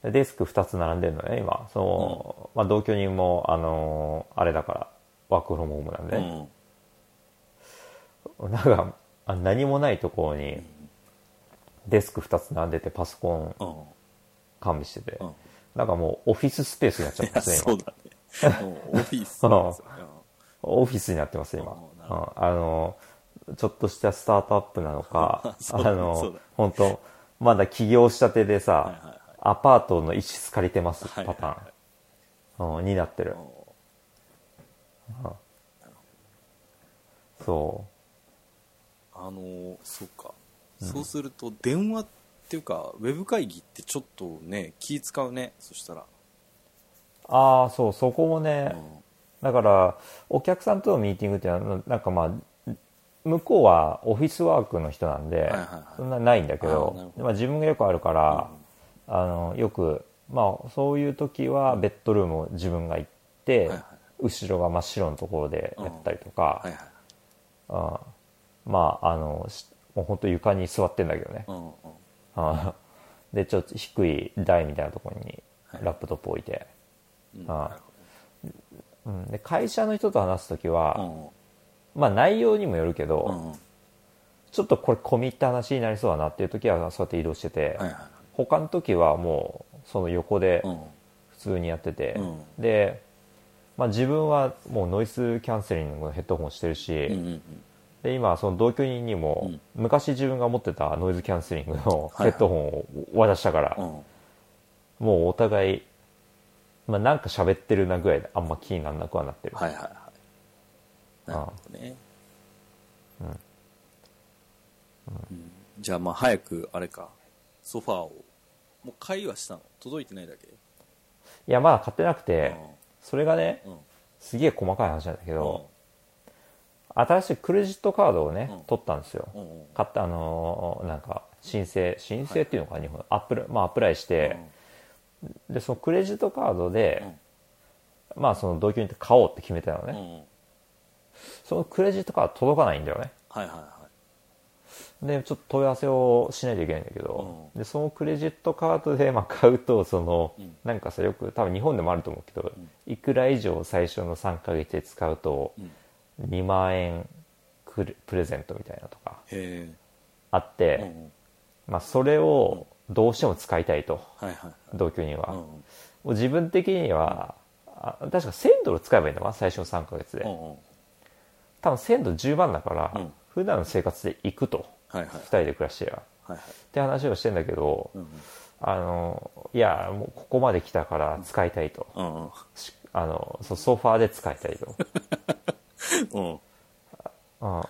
[SPEAKER 1] うん
[SPEAKER 2] でデスク2つ並んでるのね、今。その、まあ、同居人も、あのーあれだから、ワークフロムホームなんで
[SPEAKER 1] う
[SPEAKER 2] ね、
[SPEAKER 1] ん
[SPEAKER 2] なんか、あ何もないところに、デスク2つ並んでて、パソコン
[SPEAKER 1] うん
[SPEAKER 2] 完備してて、
[SPEAKER 1] うん
[SPEAKER 2] なんかもうオフィススペースになっちゃっ
[SPEAKER 1] い
[SPEAKER 2] てま
[SPEAKER 1] や
[SPEAKER 2] すね、
[SPEAKER 1] そう
[SPEAKER 2] 今。
[SPEAKER 1] だね うんオフィスなんですよ
[SPEAKER 2] オフィスになってます、今。うん
[SPEAKER 1] うんなるほ、
[SPEAKER 2] あのーちょっとしたスタートアップなのか
[SPEAKER 1] そ
[SPEAKER 2] あ
[SPEAKER 1] うだそう
[SPEAKER 2] の
[SPEAKER 1] だ
[SPEAKER 2] 本当まだ起業したてでさ、
[SPEAKER 1] いはいはい
[SPEAKER 2] アパートの一室借りてますパターン、
[SPEAKER 1] はいはい
[SPEAKER 2] うんになってる。
[SPEAKER 1] うんうん
[SPEAKER 2] そ
[SPEAKER 1] あのーそうか、そうすると電話っていうかウェブ会議ってちょっとね気使うねそしたら、
[SPEAKER 2] う。ああ、そう、そこも
[SPEAKER 1] う
[SPEAKER 2] ね、
[SPEAKER 1] ん
[SPEAKER 2] だから、お客さんとのミーティングっていうのは、なんかまあ、向こうはオフィスワークの人なんで、
[SPEAKER 1] いはいはい
[SPEAKER 2] そんなないんだけ
[SPEAKER 1] あーなる
[SPEAKER 2] ど
[SPEAKER 1] ほ、ど
[SPEAKER 2] まあ、自分がよくあるから、あのよく、まあ、そういう時はベッドルームを自分が行って、
[SPEAKER 1] はいはい
[SPEAKER 2] 後ろが真っ白のところでやったりとか、
[SPEAKER 1] はいはい
[SPEAKER 2] あーまあ、あの、しもう本当床に座ってんだけどね。
[SPEAKER 1] うんうん
[SPEAKER 2] あーで、ちょっと低い台みたいなところに
[SPEAKER 1] はい
[SPEAKER 2] ラップトップ置いて、
[SPEAKER 1] うん
[SPEAKER 2] あー
[SPEAKER 1] なる
[SPEAKER 2] うん、で会社の人と話す時は、
[SPEAKER 1] ほ
[SPEAKER 2] まあ内容にもよるけど、
[SPEAKER 1] どうんうんうん
[SPEAKER 2] ちょっとこれ込み入った話になりそうだなっていう時はそうやって移動してて、
[SPEAKER 1] はいはいはい
[SPEAKER 2] 他の時はもうその横で
[SPEAKER 1] うん
[SPEAKER 2] 普通にやってて、
[SPEAKER 1] うん
[SPEAKER 2] で、まあ、自分はもうノイズキャンセリングのヘッドホンしてるし、
[SPEAKER 1] うんうんうん
[SPEAKER 2] で今その同居人にも、
[SPEAKER 1] うん
[SPEAKER 2] 昔自分が持ってたノイズキャンセリングの
[SPEAKER 1] はいは
[SPEAKER 2] ヘ
[SPEAKER 1] い
[SPEAKER 2] ッドホンを渡したから、
[SPEAKER 1] うん
[SPEAKER 2] もうお互い、まあ、なんか喋ってるなぐらいであんま気にならなくはなってる、
[SPEAKER 1] はいはいはいなるほどねうんじゃあまあ早くあれかソファーをもう会話したの届いてないだけ
[SPEAKER 2] いやまだ買ってなくて、
[SPEAKER 1] う
[SPEAKER 2] それがね
[SPEAKER 1] んうん
[SPEAKER 2] すげえ細かい話なんだけど、
[SPEAKER 1] う
[SPEAKER 2] 新しいクレジットカードをね、
[SPEAKER 1] うん
[SPEAKER 2] 取ったんですよ、
[SPEAKER 1] んうん
[SPEAKER 2] 買ったあのーなんか申請申請っていうのかな、日本アップルまあアプライして、でそのクレジットカードで、まあその同居人と買おうって決めてたのね、
[SPEAKER 1] うんうん
[SPEAKER 2] そのクレジットカード届かないんだよね
[SPEAKER 1] はいはいはい
[SPEAKER 2] でちょっと問い合わせをしないといけないんだけど、でそのクレジットカードでまあ買うとその、
[SPEAKER 1] うん
[SPEAKER 2] なんかさよく多分日本でもあると思うけど、いくら以上最初の3ヶ月で使うと
[SPEAKER 1] うんへ
[SPEAKER 2] 2万円くれプレゼントみたいなとか
[SPEAKER 1] え
[SPEAKER 2] あって、
[SPEAKER 1] うんうん
[SPEAKER 2] まあ、それをどうしても使いたいと、
[SPEAKER 1] はいはいはい
[SPEAKER 2] 同居人は、
[SPEAKER 1] うん
[SPEAKER 2] もう自分的には、あ確か1000ドル使えばいいのかな最初の3ヶ月で、
[SPEAKER 1] うんうん
[SPEAKER 2] 多分1000ドル10万だから、
[SPEAKER 1] うん
[SPEAKER 2] 普段の生活で行くと
[SPEAKER 1] はいはい
[SPEAKER 2] 2人で暮らしてやっ
[SPEAKER 1] はいはい
[SPEAKER 2] て話をしてんだけど、
[SPEAKER 1] うんうん
[SPEAKER 2] あのいやもうここまで来たから使いたいと、
[SPEAKER 1] うん
[SPEAKER 2] しあのそうソファーで使いた いと、
[SPEAKER 1] うんうん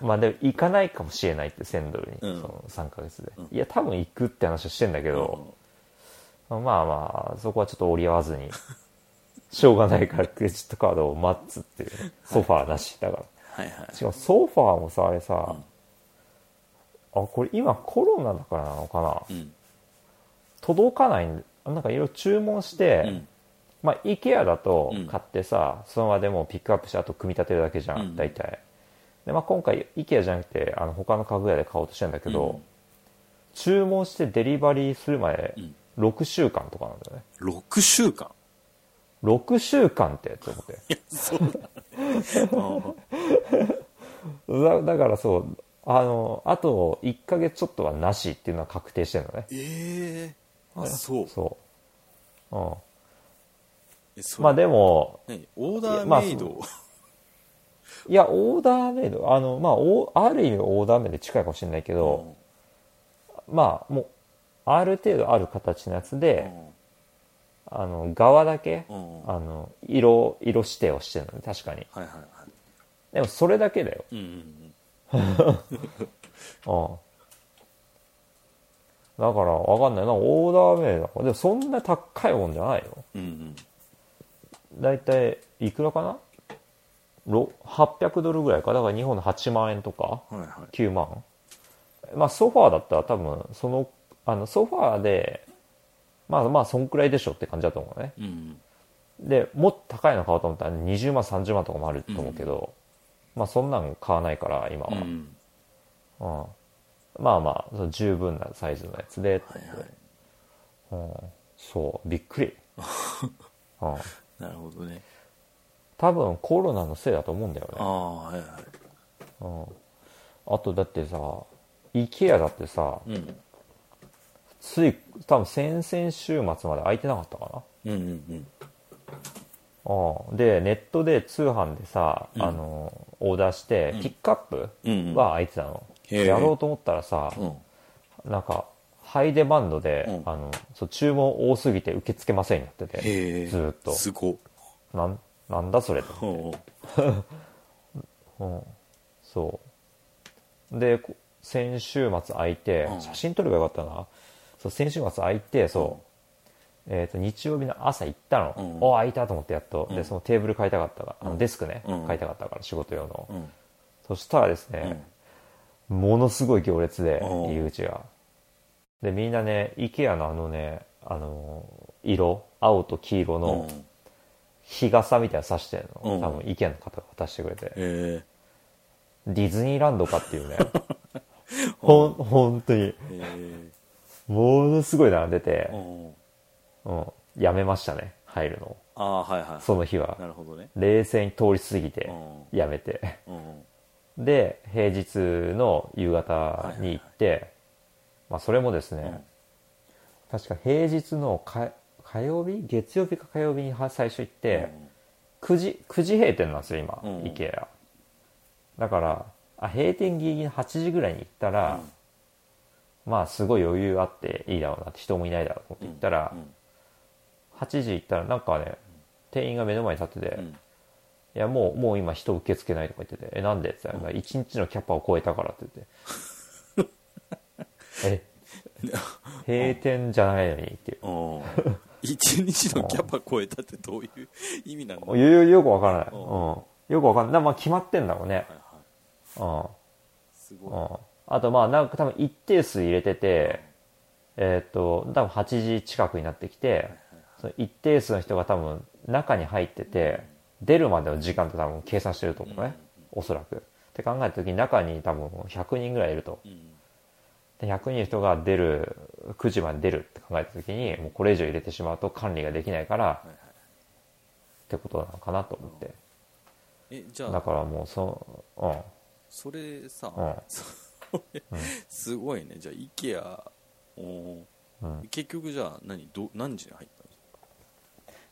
[SPEAKER 2] うん、まあでも行かないかもしれないって1000ドルに、
[SPEAKER 1] うん
[SPEAKER 2] その3ヶ月で、
[SPEAKER 1] うん
[SPEAKER 2] いや多分行くって話をしてんだけど、まあまあ、そこはちょっと折り合わずに、しょうがないからクレジットカードを待 つっていうね、ソファーなしだから。
[SPEAKER 1] はいはい
[SPEAKER 2] しかもソファーもさ、あれさ、あ、これ今コロナだからなのかな
[SPEAKER 1] うん
[SPEAKER 2] 届かないんなんかいろいろ注文し
[SPEAKER 1] う
[SPEAKER 2] て
[SPEAKER 1] ん、
[SPEAKER 2] まあ IKEA だと
[SPEAKER 1] うん
[SPEAKER 2] 買ってさ、その場でもうピックアップしてあと組み立てるだけじゃ
[SPEAKER 1] うん
[SPEAKER 2] ん、大体。で、まあ今回 IKEA じゃなくて、あの他の家具屋で買おうとしてんだけ
[SPEAKER 1] う
[SPEAKER 2] ど
[SPEAKER 1] ん、
[SPEAKER 2] 注文してデリバリーするまで
[SPEAKER 1] うん
[SPEAKER 2] 6週間とかなんだよね。
[SPEAKER 1] 6週間
[SPEAKER 2] 6週間ってと思って
[SPEAKER 1] そうだね。あ
[SPEAKER 2] だだからそうあのあと1ヶ月ちょっとはなしっていうのは確定してるのね
[SPEAKER 1] ええあ、そう。
[SPEAKER 2] そう、うん、
[SPEAKER 1] えそれ
[SPEAKER 2] まあでも
[SPEAKER 1] 何オーダーメイド。
[SPEAKER 2] いやオーダーメイドあのまあおある意味オーダーメイドに近いかもしれないけど、まあもうある程度ある形のやつ
[SPEAKER 1] うん
[SPEAKER 2] で、あの側だけ、
[SPEAKER 1] うんうん
[SPEAKER 2] あの色色指定をしてるのね確かに
[SPEAKER 1] はいはいは
[SPEAKER 2] でもそれだけだよ
[SPEAKER 1] い。うんうん
[SPEAKER 2] うん。だから、わかんないな。オーダーメイドだから。でも、そんな高いもんじゃないよ。
[SPEAKER 1] うん。うんうん。
[SPEAKER 2] だいたい、いくらかなろ ?800 ドルぐらいか。だから、日本の8万円とか、
[SPEAKER 1] はいはい。
[SPEAKER 2] 9万。まあ、ソファーだったら多分、その、あの、ソファーで、まあまあ、そんくらいでしょって感じだと思うね。
[SPEAKER 1] うん
[SPEAKER 2] で、もっと高いの買おうと思ったら20万、30万とかもあると思うけど、まあ、そんなん買わないから、今は。
[SPEAKER 1] うん。うん。
[SPEAKER 2] うん、まあまあその十分なサイズのやつで、
[SPEAKER 1] はいはい。
[SPEAKER 2] うん、そうびっくり、 うん、
[SPEAKER 1] なるほどね。
[SPEAKER 2] 多分コロナのせいだと思うんだよ
[SPEAKER 1] あ
[SPEAKER 2] ね
[SPEAKER 1] あ、はいは
[SPEAKER 2] あとだってさ IKEA だってさ
[SPEAKER 1] い。うん。
[SPEAKER 2] つい多分先々週末まで空いてなかったかな
[SPEAKER 1] うんうん
[SPEAKER 2] うん、でネットで通販でさ、
[SPEAKER 1] うん
[SPEAKER 2] あのオーダーして、ピックアッ
[SPEAKER 1] うん。うんう
[SPEAKER 2] プ
[SPEAKER 1] ん。
[SPEAKER 2] は空いてたの、
[SPEAKER 1] へえ
[SPEAKER 2] やろうと思ったらさ、
[SPEAKER 1] うん。
[SPEAKER 2] なんかハイデマンドで、
[SPEAKER 1] うん
[SPEAKER 2] あのそう注文多すぎて受け付けませんになってて
[SPEAKER 1] へえ。
[SPEAKER 2] ずーっと
[SPEAKER 1] すごっ。
[SPEAKER 2] なんなんだそれと、
[SPEAKER 1] ほう
[SPEAKER 2] うん、そうでこ先週末空いて、
[SPEAKER 1] うん
[SPEAKER 2] 写真撮ればよかったなそう先週末空いてそう、えー、と日曜日の朝行ったの、
[SPEAKER 1] うん
[SPEAKER 2] お空いたと思ってやっと、
[SPEAKER 1] う
[SPEAKER 2] で
[SPEAKER 1] ん
[SPEAKER 2] そのテーブル買いたかったからあ
[SPEAKER 1] う
[SPEAKER 2] の
[SPEAKER 1] ん
[SPEAKER 2] デスクね、
[SPEAKER 1] うん
[SPEAKER 2] 買いたかったから仕事用の、
[SPEAKER 1] うん。
[SPEAKER 2] そしたらです
[SPEAKER 1] うん
[SPEAKER 2] ね、ものすごい行列で
[SPEAKER 1] うん
[SPEAKER 2] 入り口がでみんなね IKEA のあのねあの色青と黄色
[SPEAKER 1] う
[SPEAKER 2] の
[SPEAKER 1] ん。
[SPEAKER 2] 日傘みたいなの差してるの、
[SPEAKER 1] うん
[SPEAKER 2] 多分 IKEA の方が渡してくれて、
[SPEAKER 1] へ
[SPEAKER 2] ディズニーランドかってい うね。ほん、本当に。
[SPEAKER 1] え。へえ。
[SPEAKER 2] ものすごい並んでて
[SPEAKER 1] う、ん。
[SPEAKER 2] うん。やめましたね、入るのを。
[SPEAKER 1] ああ、はいはい。
[SPEAKER 2] その日
[SPEAKER 1] な
[SPEAKER 2] は。
[SPEAKER 1] るほどね。
[SPEAKER 2] 冷静に通り過ぎて
[SPEAKER 1] う、ん。
[SPEAKER 2] やめて。
[SPEAKER 1] うん。
[SPEAKER 2] で、平日の夕方に行って、まあ、それもですね、確か平日のか火曜日月曜日か火曜日には最初行って、9時、9時閉店なんですよ、今、
[SPEAKER 1] うん
[SPEAKER 2] IKEA。だから、あ閉店ギリギリの8時ぐらいに行ったら、まあすごい余裕あっていいだろうなって人もいないだろうと思って行ったら、
[SPEAKER 1] うん
[SPEAKER 2] 8時行ったらなんかね店員が目の前に立ってて「
[SPEAKER 1] うん
[SPEAKER 2] いやもうもう今人受け付けない」とか言ってて「えなんで?」って言ったら「1日のキャパを超えたから」って言 って「え閉店じゃないのに」っていう
[SPEAKER 1] うん。一日のキャパ超えたってどういう意味なんだ
[SPEAKER 2] よよよくわからない、うん
[SPEAKER 1] うん、
[SPEAKER 2] よくわかんない、まあ、決まってんだろうね
[SPEAKER 1] はいはい
[SPEAKER 2] うん
[SPEAKER 1] す
[SPEAKER 2] う
[SPEAKER 1] ごい。
[SPEAKER 2] んあとまあなんか多分一定数入れててえーっと多分8時近くになってきてその一定数の人が多分中に入ってて出るまでの時間って多分計算してると思うねおそらくって考えた時に中に多分100人ぐらいいると
[SPEAKER 1] うん
[SPEAKER 2] で100人の人が出る9時まで出るって考えた時にもうこれ以上入れてしまうと管理ができないから
[SPEAKER 1] はいはい
[SPEAKER 2] ってことなのかなと思って
[SPEAKER 1] え、じゃ
[SPEAKER 2] だ
[SPEAKER 1] あ、
[SPEAKER 2] からもうその
[SPEAKER 1] それさ、
[SPEAKER 2] うん
[SPEAKER 1] それ
[SPEAKER 2] うん
[SPEAKER 1] すごいね。じゃあ、IKEA、お
[SPEAKER 2] うんうん
[SPEAKER 1] 結局じゃあ何、ど何時に入ったの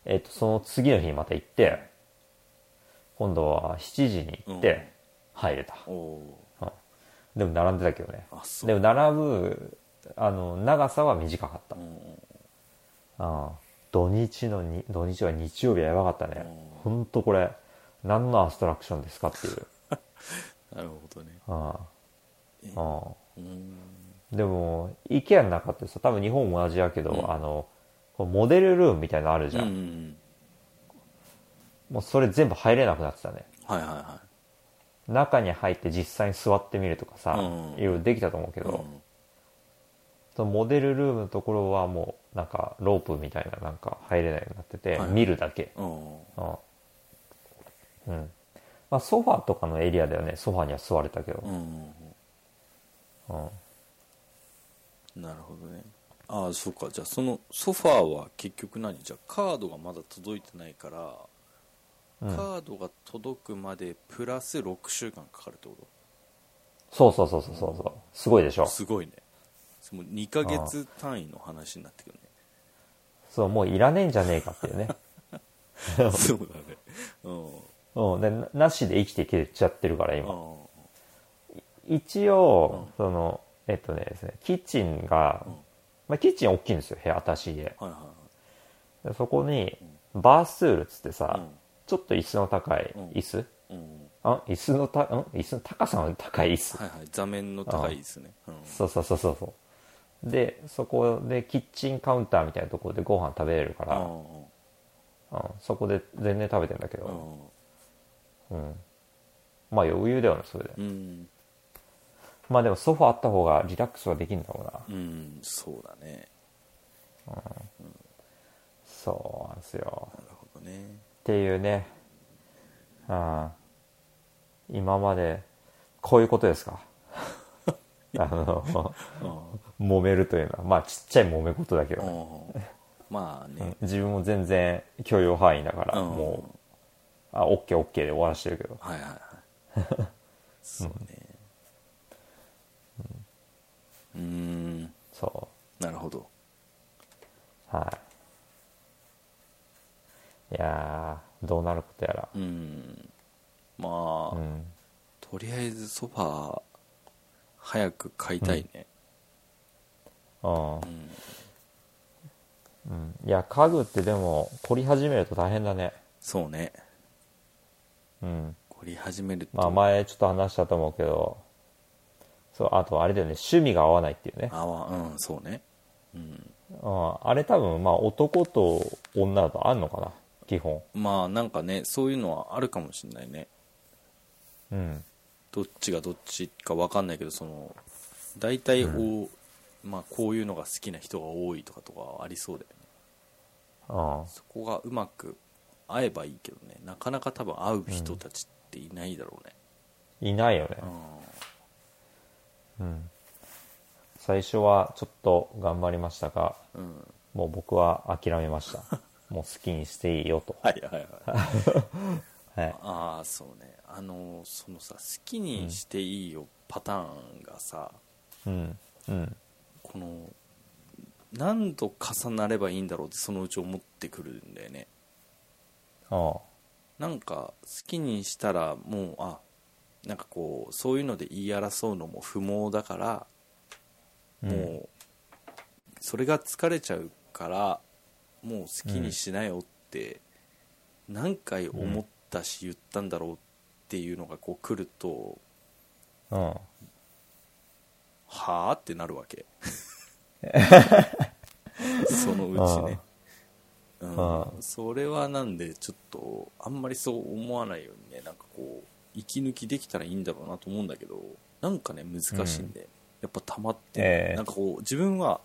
[SPEAKER 2] えっとその次の日にまた行って今度は7時に行っ
[SPEAKER 1] うん
[SPEAKER 2] て入れた、
[SPEAKER 1] お
[SPEAKER 2] うんでも並んでたけどね
[SPEAKER 1] ーあ、そう。
[SPEAKER 2] でも並ぶあの長さは短かった、
[SPEAKER 1] うん
[SPEAKER 2] ああ土日のに土日は日曜日はやばかったね
[SPEAKER 1] う
[SPEAKER 2] 本当これ何のアストラクションですかっていう
[SPEAKER 1] なるほどね。
[SPEAKER 2] あ
[SPEAKER 1] え
[SPEAKER 2] ああ
[SPEAKER 1] うん。
[SPEAKER 2] あでも IKEA の中ってさ多分日本も同じやけど、
[SPEAKER 1] うん
[SPEAKER 2] あのこうモデルルームみたいなのあるじ
[SPEAKER 1] うん
[SPEAKER 2] ゃ、
[SPEAKER 1] うんん。
[SPEAKER 2] もうそれ全部入れなくなってたね
[SPEAKER 1] はいはいは
[SPEAKER 2] 中に入って実際に座ってみるとかさ、
[SPEAKER 1] うん
[SPEAKER 2] いろいろできたと思うけ
[SPEAKER 1] い。
[SPEAKER 2] ど、そのモデルルームのところはもうなんかロープみたいななんか入れないようになってて、
[SPEAKER 1] はい
[SPEAKER 2] 見るだけ
[SPEAKER 1] うん。うん
[SPEAKER 2] うん。うんまあ、ソファーとかのエリアだよね、ソファーには座れたけど
[SPEAKER 1] う。んうん
[SPEAKER 2] うん。
[SPEAKER 1] うん。なるほどね。ああそうかじゃあそのソファーは結局何じゃあカードがまだ届いてないから、
[SPEAKER 2] うん
[SPEAKER 1] カードが届くまでプラス6週間かかるってこ
[SPEAKER 2] そうそうそうそうそうそう。すごいでしょ
[SPEAKER 1] と。すごいねもう2ヶ月単位の話になってくる
[SPEAKER 2] そう、もういらねえんじゃねえかって いうね。
[SPEAKER 1] ねそうだねうん
[SPEAKER 2] うん。で、ななしで生きていけちゃってるから、今。
[SPEAKER 1] あ
[SPEAKER 2] 一応、その、えっとねですね、キッチンが、
[SPEAKER 1] うん
[SPEAKER 2] まあ、キッチン大きいんですよ、部屋、私家。
[SPEAKER 1] あはいは
[SPEAKER 2] でそこに、バースールっつって
[SPEAKER 1] い
[SPEAKER 2] さ、
[SPEAKER 1] はい
[SPEAKER 2] ちょっと椅子の高い
[SPEAKER 1] うん
[SPEAKER 2] 椅子、
[SPEAKER 1] うん、うん、
[SPEAKER 2] あ椅子のた、ん椅子の高さの高い椅子。
[SPEAKER 1] はいはい座面の高いですねうん
[SPEAKER 2] そうそうそうそうそう。で、そこでキッチンカウンターみたいなところでご飯食べれるか
[SPEAKER 1] あ
[SPEAKER 2] ら、うんそこで全然食べてんだけ
[SPEAKER 1] あ
[SPEAKER 2] ど、うん。まあ余裕だよね、それで。
[SPEAKER 1] うん
[SPEAKER 2] まあでもソファあった方がリラックスはできるんだろうな。
[SPEAKER 1] うんそうだね
[SPEAKER 2] そうなんですよ。
[SPEAKER 1] なるほどね
[SPEAKER 2] っていうね、うん、今までこういうことですかあの
[SPEAKER 1] うん
[SPEAKER 2] 揉めるというのはまあちっちゃい揉め事だけどね、
[SPEAKER 1] うんまあね
[SPEAKER 2] 自分も全然許容範囲だから、
[SPEAKER 1] うん
[SPEAKER 2] もうあオッケーオッケーで終わらしてるけど
[SPEAKER 1] はいはいはい そうねうーん
[SPEAKER 2] そ
[SPEAKER 1] なるほど
[SPEAKER 2] うはいいやーどうなることやら
[SPEAKER 1] うーんまあ、
[SPEAKER 2] うん
[SPEAKER 1] とりあえずソファー早く買いたいね
[SPEAKER 2] うん
[SPEAKER 1] うん、
[SPEAKER 2] うん、いや家具ってでも凝り始めると大変だね
[SPEAKER 1] そうね
[SPEAKER 2] うん
[SPEAKER 1] 凝り始めると、
[SPEAKER 2] まあ前ちょっと話したと思うけど、そう、あとあれだよね、趣味が合わないっていうね。
[SPEAKER 1] あわうんそうねうん
[SPEAKER 2] うん、あれ多分まあ男と女だとあんのかな、基本。
[SPEAKER 1] まあなんかねそういうのはあるかもしれないね
[SPEAKER 2] うん。
[SPEAKER 1] どっちがどっちか分かんないけどその大体お、まあ、こういうのが好きな人が多いとかとかはありそうだよね
[SPEAKER 2] うん。
[SPEAKER 1] そこがうまく合えばいいけどねなかなか多分会う人たちっていないだろうね、
[SPEAKER 2] いないよね
[SPEAKER 1] う。ん
[SPEAKER 2] うん。最初はちょっと頑張りましたが、
[SPEAKER 1] うん、
[SPEAKER 2] もう僕は諦め ました。もう好きにしていいよと。
[SPEAKER 1] はいはいはい
[SPEAKER 2] はい。
[SPEAKER 1] ああそうねあのそのさ好きにしていいよパターンがさ、
[SPEAKER 2] うん。うん。
[SPEAKER 1] この何度重なればいいんだろうってそのうち思ってくるんだよね
[SPEAKER 2] あ
[SPEAKER 1] なんか好きにしたらもうあなんかこうそういうので言い争うのも不毛だから、
[SPEAKER 2] うん
[SPEAKER 1] もうそれが疲れちゃうからもう好きにしなよって何回思ったし言ったんだろうっていうのがこう来ると、
[SPEAKER 2] あ。うん。
[SPEAKER 1] はあってなるわ けそのうちねうん
[SPEAKER 2] ああ
[SPEAKER 1] それはなんでちょっとあんまりそう思わないようにねなんかこう息抜きできたらいいんだろうなと思うんだけどなんかね難しいんで、やっぱ溜まってる、
[SPEAKER 2] ええ
[SPEAKER 1] なんかこう自分は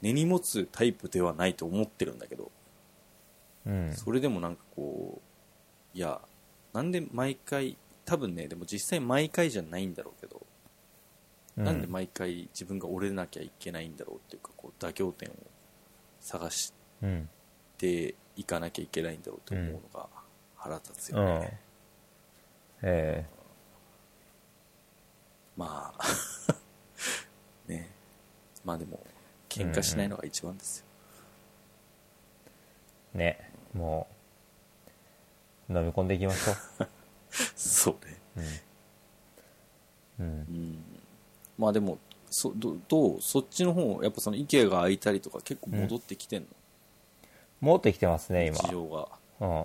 [SPEAKER 1] 根に持つタイプではないと思ってるんだけど
[SPEAKER 2] うん。
[SPEAKER 1] それでもなんかこういやなんで毎回多分ねでも実際毎回じゃないんだろうけど
[SPEAKER 2] う
[SPEAKER 1] なんで毎回自分が折れなきゃいけないんだろうっていうかこう妥協点を探し
[SPEAKER 2] うん。
[SPEAKER 1] ていかなきゃいけないんだろうと思うのが腹立つ
[SPEAKER 2] う
[SPEAKER 1] よ
[SPEAKER 2] ん。
[SPEAKER 1] ね、
[SPEAKER 2] え
[SPEAKER 1] まあ ねまあでも喧嘩しないのが一番ですよ、
[SPEAKER 2] えね。もう、飲み込んでいきましょう。
[SPEAKER 1] そうね
[SPEAKER 2] う
[SPEAKER 1] う
[SPEAKER 2] ん。
[SPEAKER 1] んまあでもそどどうそっちの方やっぱその池が空いたりとか結構戻ってきてんの、
[SPEAKER 2] 戻ってきてますね、
[SPEAKER 1] 事
[SPEAKER 2] 今。
[SPEAKER 1] 情が
[SPEAKER 2] うん。
[SPEAKER 1] ああ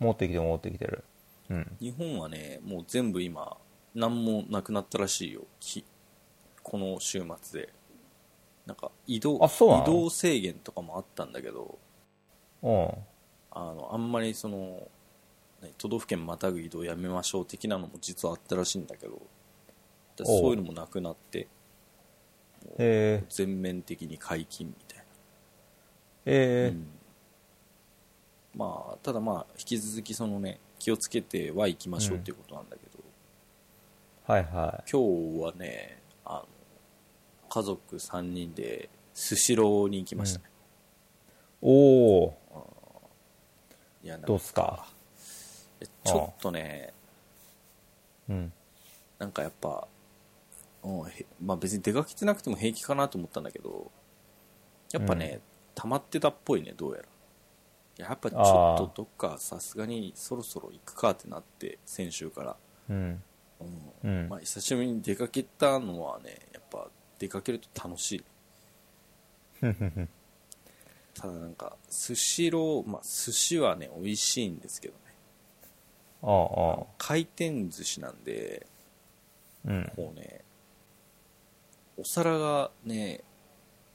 [SPEAKER 2] 戻ってきてる戻ってきてる。うん。
[SPEAKER 1] 日本はねもう全部今何もなくなったらしいよきこの週末でなんか移動
[SPEAKER 2] あそうなの
[SPEAKER 1] 移動制限とかもあったんだけど
[SPEAKER 2] うん。
[SPEAKER 1] あのあんまりその何都道府県またぐ移動やめましょう的なのも実はあったらしいんだけどだ
[SPEAKER 2] おう
[SPEAKER 1] そういうのもなくなって
[SPEAKER 2] えー、
[SPEAKER 1] 全面的に解禁みたいな、
[SPEAKER 2] え
[SPEAKER 1] うんまあただまあ引き続きそのね気をつけてはいきましょうっていうことなんだけど、
[SPEAKER 2] ー、はいは
[SPEAKER 1] 今日はねあの家族3人でスシローに行きましたね、
[SPEAKER 2] おお
[SPEAKER 1] いやなん
[SPEAKER 2] どうっすか
[SPEAKER 1] ちょっとね
[SPEAKER 2] うん
[SPEAKER 1] なんかやっぱ、うんへまあ、別に出かけてなくても平気かなと思ったんだけどやっぱね、
[SPEAKER 2] う
[SPEAKER 1] 溜まってたっぽいねどうやらいややっぱちょっとどっかさすがにそろそろ行くかってなって先週から、
[SPEAKER 2] うん
[SPEAKER 1] うん
[SPEAKER 2] うん
[SPEAKER 1] まあ、久しぶりに出かけたのはねやっぱ出かけると楽しいただなんかスシローまあ寿司はね美味しいんですけどね
[SPEAKER 2] あああ
[SPEAKER 1] 回転寿司なんで
[SPEAKER 2] うん
[SPEAKER 1] こうねお皿がね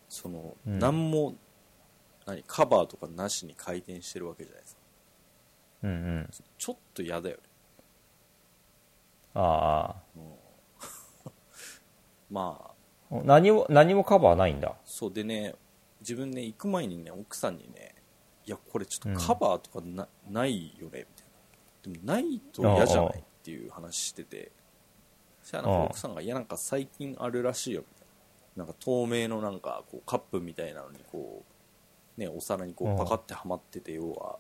[SPEAKER 1] その、
[SPEAKER 2] うん
[SPEAKER 1] 何も何カバーとかなしに回転してるわけじゃないですか
[SPEAKER 2] うんうん
[SPEAKER 1] ちょっと嫌だよね、
[SPEAKER 2] ああ
[SPEAKER 1] うん まあ
[SPEAKER 2] お何も何もカバーないんだ
[SPEAKER 1] そうでね自分ね行く前にね奥さんにねいやこれちょっとカバーとかな,、ないよねみたいなでもないと嫌じゃないっていう話しててそしたらなんか
[SPEAKER 2] ああ
[SPEAKER 1] 奥さんがいやなんか最近あるらしいよみたいななんか透明のなんかこうカップみたいなのにこうねお皿にこ
[SPEAKER 2] う
[SPEAKER 1] うんパカってはまってて要は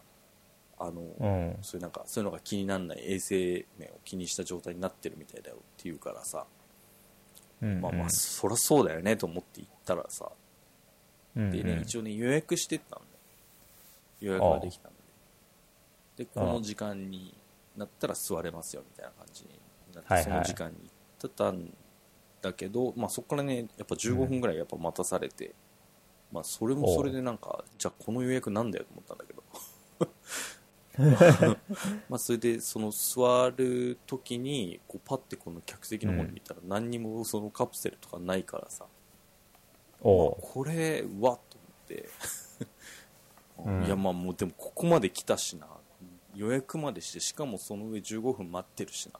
[SPEAKER 1] あの、
[SPEAKER 2] うん
[SPEAKER 1] そういうなんかそういうのが気にならない衛生面を気にした状態になってるみたいだよっていうからさ、
[SPEAKER 2] うん
[SPEAKER 1] まあまあそりゃそうだよねと思って行ったらさ
[SPEAKER 2] うん
[SPEAKER 1] でね、
[SPEAKER 2] うん
[SPEAKER 1] 一応ね、予約してたんで、予約ができたので、で、この時間になったら座れますよみたいな感じになって、
[SPEAKER 2] はいはい
[SPEAKER 1] その時間に行ってたんだけど、まあそこからね、やっぱ15分ぐらいやっぱ待たされて、まあそれもそれでなんか、じゃあこの予約なんだよと思ったんだ けど。 まあそれでその座る時にこうパッてこの客席の方に見たら何にもそのカプセルとかないからさ、
[SPEAKER 2] おう
[SPEAKER 1] これはと思って、
[SPEAKER 2] うん
[SPEAKER 1] いやまあもうでもここまで来たしな予約までしてしかもその上15分待ってるしなと、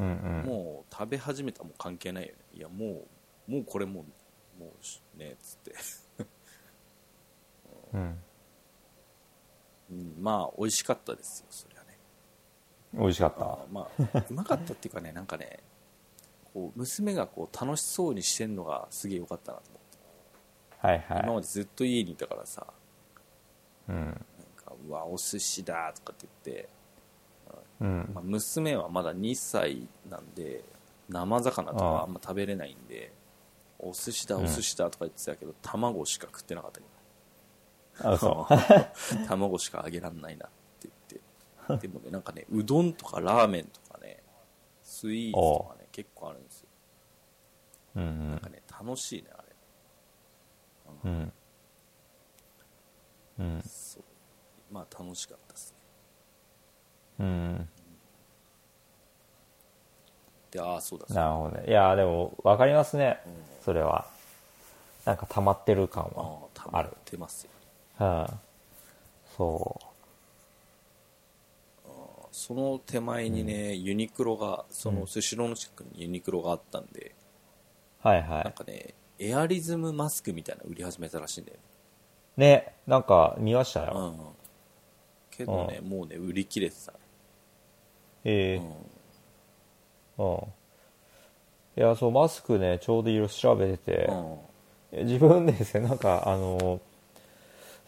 [SPEAKER 2] うんうん
[SPEAKER 1] もう食べ始めたらもう関係ないよねいやもうもうこれもうもうしねっつって、
[SPEAKER 2] うん
[SPEAKER 1] うん、まあ美味しかったですよそりゃね
[SPEAKER 2] 美味しかった
[SPEAKER 1] あーまあうまかったっていうかねなんかねこう娘がこう楽しそうにしてんのがすげえ良かったなと思って、
[SPEAKER 2] はい
[SPEAKER 1] 今
[SPEAKER 2] は
[SPEAKER 1] までずっと家にいたからさ
[SPEAKER 2] いうん
[SPEAKER 1] なんかうわお寿司だとかって言って
[SPEAKER 2] う
[SPEAKER 1] まあ
[SPEAKER 2] ん
[SPEAKER 1] 娘はまだ2歳なんで生魚とかあんま食べれないんでお寿司だ
[SPEAKER 2] うん
[SPEAKER 1] お寿司だとか言ってたけど、卵しか食ってなかったけ
[SPEAKER 2] あそ
[SPEAKER 1] ど 卵しかあげらんないなって言ってでもねなんかねうどんとかラーメンとかねスイーツとかね結構あるんですよ
[SPEAKER 2] うう
[SPEAKER 1] なん
[SPEAKER 2] ん
[SPEAKER 1] かね楽しいねあれ
[SPEAKER 2] うんうんうん
[SPEAKER 1] そうまあ楽しかったですね
[SPEAKER 2] うん
[SPEAKER 1] でああそうだそうだ
[SPEAKER 2] なるほどねいやーでも分かりますね
[SPEAKER 1] うん
[SPEAKER 2] それはなんか溜まってる感
[SPEAKER 1] あ
[SPEAKER 2] は
[SPEAKER 1] あ溜ま
[SPEAKER 2] あ
[SPEAKER 1] っ
[SPEAKER 2] る
[SPEAKER 1] てますよ
[SPEAKER 2] うんそ
[SPEAKER 1] その手前にね、ユニクロがそのスシローの近くにユニクロがあったんで、
[SPEAKER 2] うはい
[SPEAKER 1] なん
[SPEAKER 2] は
[SPEAKER 1] かね、エアリズムマスクみたいなの売り始めたらしいんだよね。
[SPEAKER 2] いねなんか見ました
[SPEAKER 1] う
[SPEAKER 2] よ
[SPEAKER 1] ん。けどね、もうね、売り切れてた。
[SPEAKER 2] え
[SPEAKER 1] う
[SPEAKER 2] え
[SPEAKER 1] ん。
[SPEAKER 2] うんいやそうマスクねちょうど色々調べてて
[SPEAKER 1] うん。
[SPEAKER 2] 自分でですねなんかあの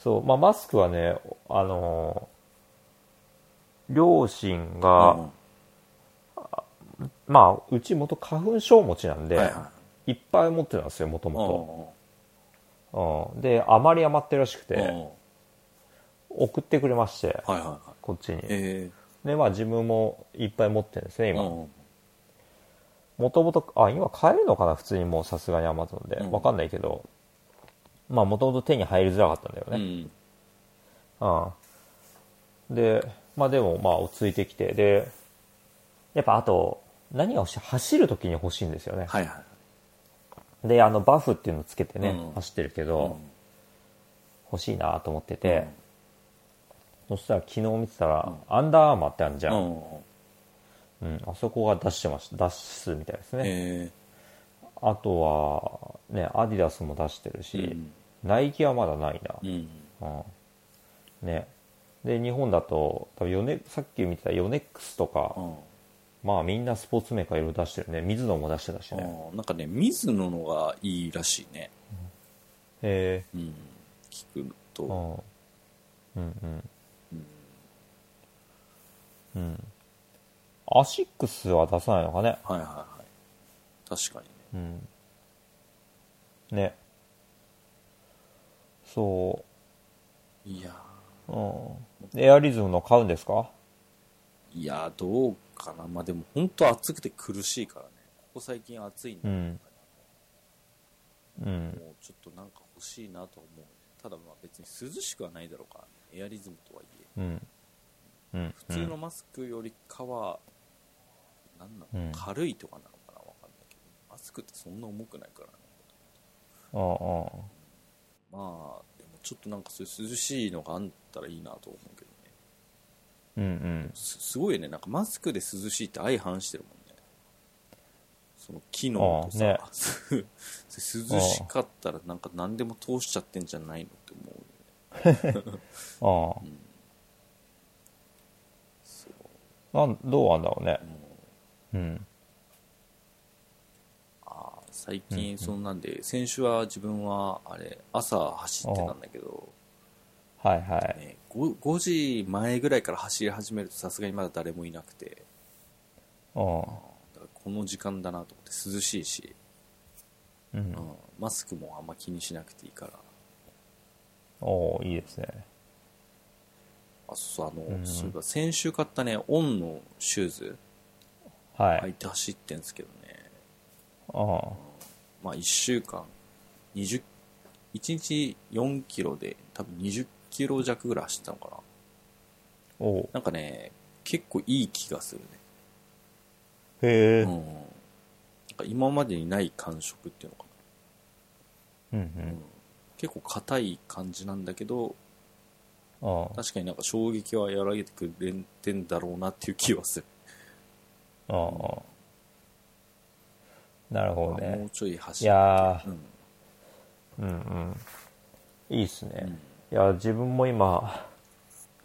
[SPEAKER 2] そうまあマスクはねあの両親が、
[SPEAKER 1] うん
[SPEAKER 2] まあうち元花粉症持ちなんで、、
[SPEAKER 1] はいはい
[SPEAKER 2] っぱい持ってたんですよもと
[SPEAKER 1] い。
[SPEAKER 2] もとうんであまり余ってるらしく
[SPEAKER 1] うん。うん
[SPEAKER 2] て送ってくれまして
[SPEAKER 1] はいはいはい。
[SPEAKER 2] こっちに
[SPEAKER 1] え
[SPEAKER 2] でまあ自分もいっぱい持ってるんですね
[SPEAKER 1] え。う
[SPEAKER 2] 今
[SPEAKER 1] ん。
[SPEAKER 2] もともとあ今買えるのかな普通にもうさすがに Amazon で
[SPEAKER 1] うん
[SPEAKER 2] わかんないけどまあもともと手に入りづらかったんだよね、
[SPEAKER 1] うん。
[SPEAKER 2] うん。で、まあでも、まあ落ち着いてきて、で、やっぱあと、何が欲しい走るときに欲しいんですよね。
[SPEAKER 1] はいはい。
[SPEAKER 2] で、あの、バフっていうのつけてね、
[SPEAKER 1] うん
[SPEAKER 2] 走ってるけ
[SPEAKER 1] う
[SPEAKER 2] ど、
[SPEAKER 1] ん
[SPEAKER 2] 欲しいなと思ってて、そしたら昨日見てたら、アンダーアーマーってあるじゃ。
[SPEAKER 1] うんん。
[SPEAKER 2] うん、あそこが出してました。出すみたいですね。
[SPEAKER 1] え
[SPEAKER 2] あとは、ね、アディダスも出してる
[SPEAKER 1] え。
[SPEAKER 2] し、
[SPEAKER 1] うん
[SPEAKER 2] ナイキはまだないな。
[SPEAKER 1] うん。
[SPEAKER 2] うん。ね。で、日本だと、多分ヨネさっき見てたヨネックスとか、
[SPEAKER 1] うん
[SPEAKER 2] まあみんなスポーツメーカーいろいろ出してるね。水野も出してたしね。
[SPEAKER 1] うんなんかね、水野のがいいらしいね。
[SPEAKER 2] え
[SPEAKER 1] うん、聞く
[SPEAKER 2] ー、
[SPEAKER 1] と、
[SPEAKER 2] うん。うんうん。
[SPEAKER 1] うん
[SPEAKER 2] うん。アシックスは出さないのかね。
[SPEAKER 1] はいはいはい確かにね
[SPEAKER 2] うん。ね。そ
[SPEAKER 1] いや
[SPEAKER 2] う。うん。エアリズムの買うんですか
[SPEAKER 1] ーいやーどうかなまあでも本当暑くて苦しいからねここ最近暑いん
[SPEAKER 2] う
[SPEAKER 1] だ、
[SPEAKER 2] ん。うん。
[SPEAKER 1] もうちょっとなんか欲しいなと思うねただまあ別に涼しくはないだろうから、ね、エアリズムとはいえ
[SPEAKER 2] うん。うん。
[SPEAKER 1] 普通のマスクよりかは、なんなの、
[SPEAKER 2] うん
[SPEAKER 1] 軽いとかなのかなわかんないけどマスクってそんな重くないからね
[SPEAKER 2] うん。ああああ。
[SPEAKER 1] まあでもちょっとなんかそういう涼しいのがあったらいいなと思うけどね
[SPEAKER 2] うんうん。
[SPEAKER 1] すすごいねなんかマスクで涼しいって相反してるもんねその機能とさ、
[SPEAKER 2] あ
[SPEAKER 1] 涼しかったらなんか何でも通しちゃってんじゃないのって思うね
[SPEAKER 2] あ
[SPEAKER 1] そう
[SPEAKER 2] あ。なん、どうなんだろうね
[SPEAKER 1] あ。の
[SPEAKER 2] うん。
[SPEAKER 1] あー最
[SPEAKER 2] うんう
[SPEAKER 1] 近
[SPEAKER 2] ん
[SPEAKER 1] そんなんで、先週は自分はあれ朝走ってたんだけど、
[SPEAKER 2] はいはい。
[SPEAKER 1] ね、5, 5時前ぐらいから走り始めるとさすがにまだ誰もいなくて
[SPEAKER 2] うん
[SPEAKER 1] だからこの時間だなと思って涼しいし、
[SPEAKER 2] うん
[SPEAKER 1] うん。マスクもあんま気にしなくていいから
[SPEAKER 2] おおいいですね。
[SPEAKER 1] あそうあの、
[SPEAKER 2] うん
[SPEAKER 1] そういえば先週買ったねオンのシューズ
[SPEAKER 2] は
[SPEAKER 1] 履い
[SPEAKER 2] い。
[SPEAKER 1] て走ってんですけどね、
[SPEAKER 2] あ
[SPEAKER 1] まあ1週間20 1日4キロで多分20キロ弱ぐらい走ったのかな
[SPEAKER 2] おお
[SPEAKER 1] なんかね、結構いい気がするね。
[SPEAKER 2] へえ。
[SPEAKER 1] う。
[SPEAKER 2] うんん
[SPEAKER 1] なんか今までにない感触っていうのか
[SPEAKER 2] う
[SPEAKER 1] な。うん
[SPEAKER 2] ん。
[SPEAKER 1] 結構硬い感じなんだけど、
[SPEAKER 2] あ
[SPEAKER 1] 確かになんか衝撃は和らげてくれてんだろうなっていう気はする。
[SPEAKER 2] あ。ああ。なるほど
[SPEAKER 1] も
[SPEAKER 2] ね
[SPEAKER 1] う。ちょい走
[SPEAKER 2] い
[SPEAKER 1] る。
[SPEAKER 2] や
[SPEAKER 1] うん。
[SPEAKER 2] ー、うんうん。いいっすね。
[SPEAKER 1] うん
[SPEAKER 2] いや、自分も今、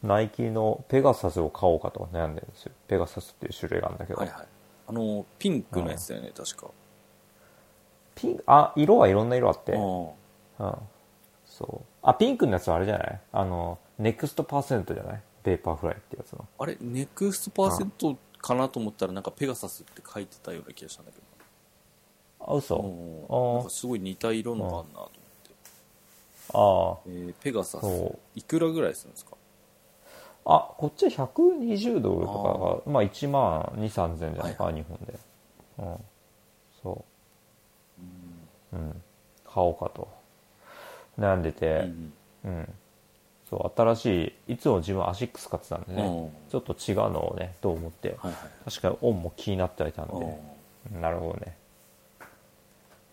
[SPEAKER 2] ナイキのペガサスを買おうかと悩んでるんですよ。ペガサスっていう種類があるんだけど。
[SPEAKER 1] はいはい。あの、ピンクのやつだよね、確か。
[SPEAKER 2] ピンあ、色はいろんな色あって。
[SPEAKER 1] うん。
[SPEAKER 2] うん。そう。あ、ピンクのやつはあれじゃないあの、ネクストパーセントじゃないペーパーフライってやつの。
[SPEAKER 1] あれ、ネクストパーセントかなと思ったら、なんかペガサスって書いてたような気がしたんだけ
[SPEAKER 2] あ、嘘
[SPEAKER 1] ど。うん。なんかすごい似た色のがあるなと思って。
[SPEAKER 2] あ
[SPEAKER 1] えーペガサス
[SPEAKER 2] そ、
[SPEAKER 1] いくらぐらいするんですか
[SPEAKER 2] あ。あ、こっちは120ドルとかが、まあ1万2、3千じゃないか、
[SPEAKER 1] は
[SPEAKER 2] 日本で。うん。そう。うん。買おうかと。悩んでて。
[SPEAKER 1] うん
[SPEAKER 2] うん、そう新しいいつも自分アシックス買ってたんでね、
[SPEAKER 1] うん
[SPEAKER 2] ちょっと違うのをねと思って
[SPEAKER 1] はいはい
[SPEAKER 2] 確かにオンも気になってはいたん
[SPEAKER 1] うん
[SPEAKER 2] で、なるほどね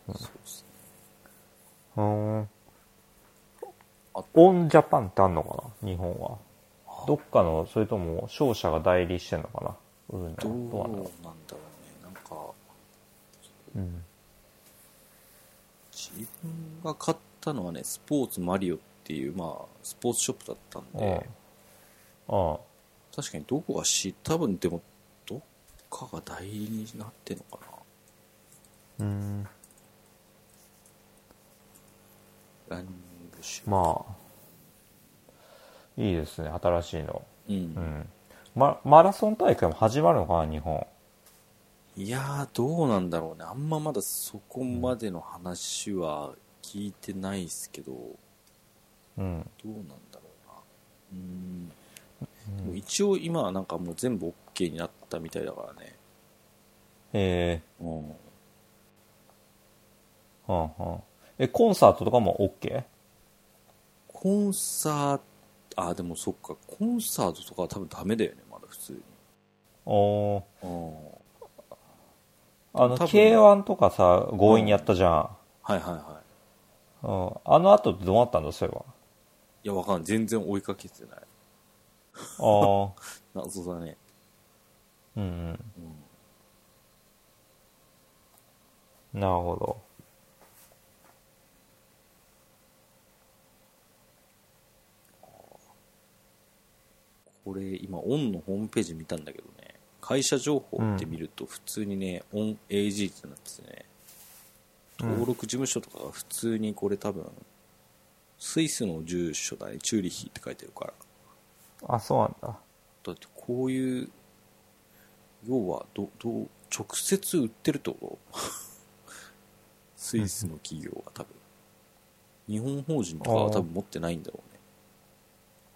[SPEAKER 1] そうですね
[SPEAKER 2] うーん
[SPEAKER 1] あ
[SPEAKER 2] オンジャパンってあんのかな日本はどっかのそれとも商社が代理してんのかな売るの
[SPEAKER 1] どう
[SPEAKER 2] どうなんだろ
[SPEAKER 1] なんだろうねなんか
[SPEAKER 2] う、うん、
[SPEAKER 1] 自分が買ったのはねスポーツマリオっていうまあスポーツショップだったん
[SPEAKER 2] うん
[SPEAKER 1] で
[SPEAKER 2] うん
[SPEAKER 1] 確かにどこがし多分でもどっかが代理になってんのか
[SPEAKER 2] うん
[SPEAKER 1] なランニングシュー
[SPEAKER 2] まあいいですね新しいの、
[SPEAKER 1] うん、
[SPEAKER 2] うんま、マラソン大会も始まるのかな日本
[SPEAKER 1] いやーどうなんだろうねあんままだそこまでの話は聞いてないっすけど、
[SPEAKER 2] うん
[SPEAKER 1] どうなんだろうなうーんでも一応今はなんかもう全部 OK になったみたいだからね
[SPEAKER 2] えー
[SPEAKER 1] うん
[SPEAKER 2] うんうん、えコンサートとかも OK?
[SPEAKER 1] コンサートあでもそっかコンサートとかは多分ダメだよねまだ普通に
[SPEAKER 2] おー
[SPEAKER 1] うん
[SPEAKER 2] あの
[SPEAKER 1] 多分
[SPEAKER 2] K1 とかさ強引にやったじゃん、
[SPEAKER 1] はいはいはい
[SPEAKER 2] うんあの後ってどうなったんだそういえば
[SPEAKER 1] いやわかんない全然追いかけてない
[SPEAKER 2] あ あ
[SPEAKER 1] 謎だね
[SPEAKER 2] うん
[SPEAKER 1] うん
[SPEAKER 2] うんなるほど
[SPEAKER 1] これ今オンのホームページ見たんだけどね会社情報って見ると普通にね、オン AG ってなっててね
[SPEAKER 2] うん
[SPEAKER 1] 登録事務所とかが普通にこれ多分スイスの住所だねチューリヒって書いてるから
[SPEAKER 2] あ、そうなんだ。
[SPEAKER 1] だってこういう要はどどう直接売ってるってこと スイスの企業は多分日本法人とかは多分持ってないんだろうね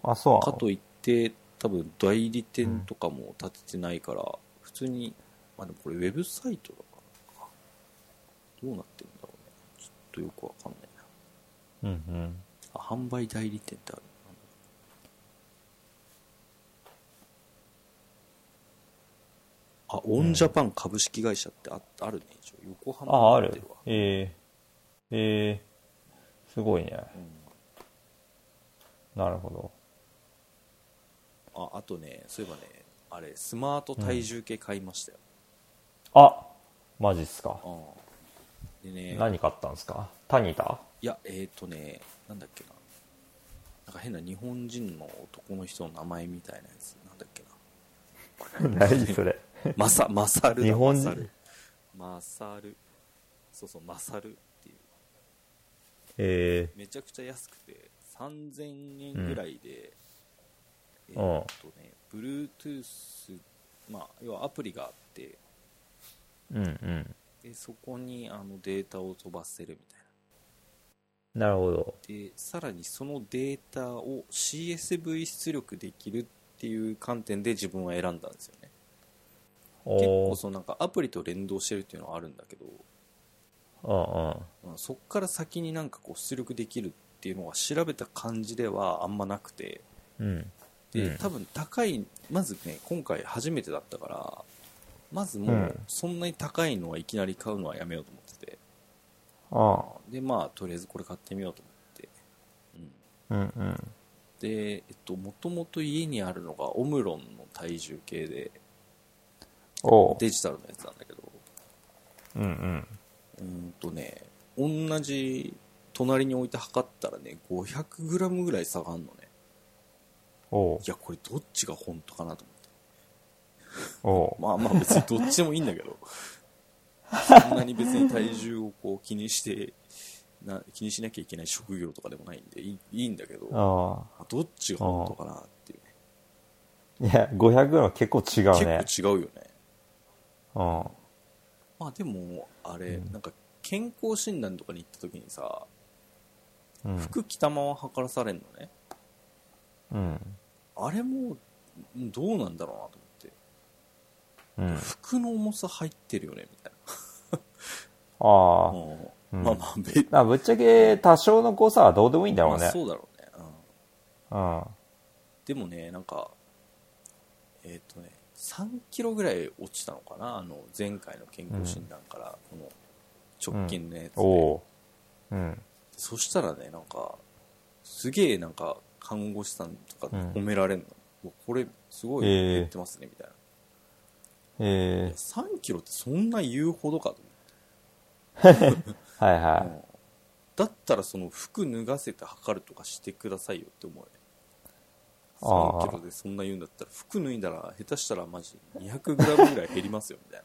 [SPEAKER 2] あ、そうなの
[SPEAKER 1] かといって多分代理店とかも立ててないから、普通にまあでもこれウェブサイトだからどうなってるんだろうねちょっとよくわかんないな
[SPEAKER 2] うんうん。
[SPEAKER 1] あ販売代理店ってあるあオンジャパン株式会社ってあ,、あるね一応横浜
[SPEAKER 2] あ、あ
[SPEAKER 1] にって
[SPEAKER 2] る
[SPEAKER 1] わ。
[SPEAKER 2] ええええすごいね。なるほど。
[SPEAKER 1] ああとねそういえばねあれスマート体重計買いましたよ、
[SPEAKER 2] あマジっすか。
[SPEAKER 1] ああでね
[SPEAKER 2] 何買ったんですかタニ タ
[SPEAKER 1] いやえっ、ー、とねなんだっけななんか変な日本人の男の人の名前みたいなやつなんだっけ
[SPEAKER 2] 何それ。
[SPEAKER 1] なマサマサルだ
[SPEAKER 2] 日本
[SPEAKER 1] マサル
[SPEAKER 2] 人。
[SPEAKER 1] マサルそうそうマサルっていう
[SPEAKER 2] え
[SPEAKER 1] めちゃくちゃ安くて3000円ぐらいで、
[SPEAKER 2] うん
[SPEAKER 1] えーっとね Bluetooth まあ要はアプリがあって
[SPEAKER 2] えうんうん。
[SPEAKER 1] でそこにあのデータを飛ばせるみたいな
[SPEAKER 2] なるほど。
[SPEAKER 1] でさらにそのデータを CSV 出力できるっていう観点で自分は選んだんですよね
[SPEAKER 2] お
[SPEAKER 1] 結
[SPEAKER 2] お
[SPEAKER 1] 構そのなんかアプリと連動してるっていうのはあるんだけど、
[SPEAKER 2] うんうん。
[SPEAKER 1] まあそっから先になんかこう出力できるっていうのは調べた感じではあんまなくて
[SPEAKER 2] うん。
[SPEAKER 1] で、
[SPEAKER 2] うん
[SPEAKER 1] 多分高いまずね今回初めてだったからまずも
[SPEAKER 2] う
[SPEAKER 1] うんそんなに高いのはいきなり買うのはやめようと思ってて
[SPEAKER 2] あ
[SPEAKER 1] でまあとりあえずこれ買ってみようと思って、うん、
[SPEAKER 2] うんうん。
[SPEAKER 1] でえっともともと家にあるのがオムロンの体重計で
[SPEAKER 2] おう
[SPEAKER 1] デジタルのやつなんだけど
[SPEAKER 2] うんうん。
[SPEAKER 1] うーんとね同じ隣に置いて測ったらね 500g ぐらい下がんのね
[SPEAKER 2] おう
[SPEAKER 1] いやこれどっちが本当かなと思って
[SPEAKER 2] おう
[SPEAKER 1] まあまあ別にどっちでもいいんだけどそんなに別に体重をこう気にしてな気にしなきゃいけない職業とかでもないんでいいいいんだけど
[SPEAKER 2] ああ。
[SPEAKER 1] どっちが本当かなっていうね
[SPEAKER 2] いや、500グラム結構違うね。
[SPEAKER 1] 結構違うよね
[SPEAKER 2] うん。
[SPEAKER 1] まあでもあれ、なんか健康診断とかに行った時にさ
[SPEAKER 2] うん。
[SPEAKER 1] 服着たまま測らされるのね
[SPEAKER 2] うん。
[SPEAKER 1] あれもどうなんだろうなと思って
[SPEAKER 2] うん。
[SPEAKER 1] 服の重さ入ってるよねみたい
[SPEAKER 2] あ
[SPEAKER 1] な、
[SPEAKER 2] あ。
[SPEAKER 1] う
[SPEAKER 2] うんん
[SPEAKER 1] まあまあ別に
[SPEAKER 2] まあ、ぶっちゃけ多少の誤差はどうでもいいんだ
[SPEAKER 1] ま
[SPEAKER 2] ろう
[SPEAKER 1] あ
[SPEAKER 2] ね。
[SPEAKER 1] そうだろうね、うん、でもねなんかえっ、とね3キロぐらい落ちたのかなあの前回の健康診断から、この直近のやつで、
[SPEAKER 2] うん。おう。うん。
[SPEAKER 1] そしたらねなんかすげえなんか看護師さんとか
[SPEAKER 2] うん
[SPEAKER 1] 褒められるの、うわこれすごい
[SPEAKER 2] えー
[SPEAKER 1] 減ってますね、みたいな
[SPEAKER 2] ええ
[SPEAKER 1] 3キロってそんな言うほどかと
[SPEAKER 2] はい
[SPEAKER 1] 思って、
[SPEAKER 2] は
[SPEAKER 1] うんだったらその服脱がせて測るとかしてくださいよって思うね
[SPEAKER 2] ああ
[SPEAKER 1] 3キロでそんな言うんだったら服脱いだら下手したらマジ 200g ぐらい減りますよみたい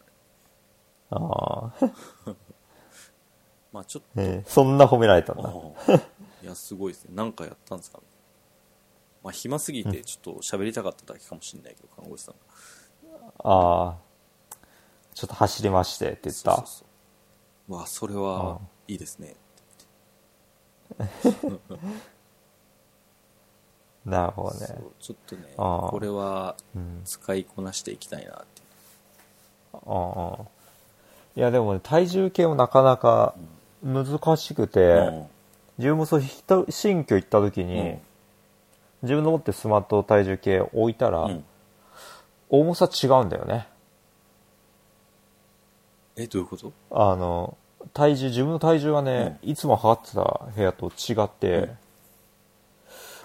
[SPEAKER 1] な
[SPEAKER 2] ああ。
[SPEAKER 1] まあちょっ
[SPEAKER 2] ええそんな褒められたんだ。
[SPEAKER 1] と、あ あいや、すごいですね。なんかやったんですかね。まあ、暇すぎて、ちょっと喋りたかっただけかもしれないけど、看護師さんが。
[SPEAKER 2] ああ。ちょっと走りましてって言っ
[SPEAKER 1] そうそ
[SPEAKER 2] た
[SPEAKER 1] う。そう。わあ、それ
[SPEAKER 2] あ
[SPEAKER 1] は
[SPEAKER 2] あ、
[SPEAKER 1] いいですね。
[SPEAKER 2] なるほど
[SPEAKER 1] そ
[SPEAKER 2] ね。
[SPEAKER 1] うちょっとね、
[SPEAKER 2] ああ
[SPEAKER 1] これは、
[SPEAKER 2] うん。
[SPEAKER 1] 使いこなしていきたいなって。
[SPEAKER 2] ああ。いや、でもね、体重計もなかなか難しくて、
[SPEAKER 1] うん
[SPEAKER 2] 自分もそう、ひと新居行った時に、
[SPEAKER 1] うん
[SPEAKER 2] 自分の持ってるスマート体重計を置いたら、
[SPEAKER 1] うん
[SPEAKER 2] 重さ違うんだよね。
[SPEAKER 1] え、どういうこと
[SPEAKER 2] あの、体重、自分の体重がね、いつも測ってた部屋と違って、
[SPEAKER 1] うん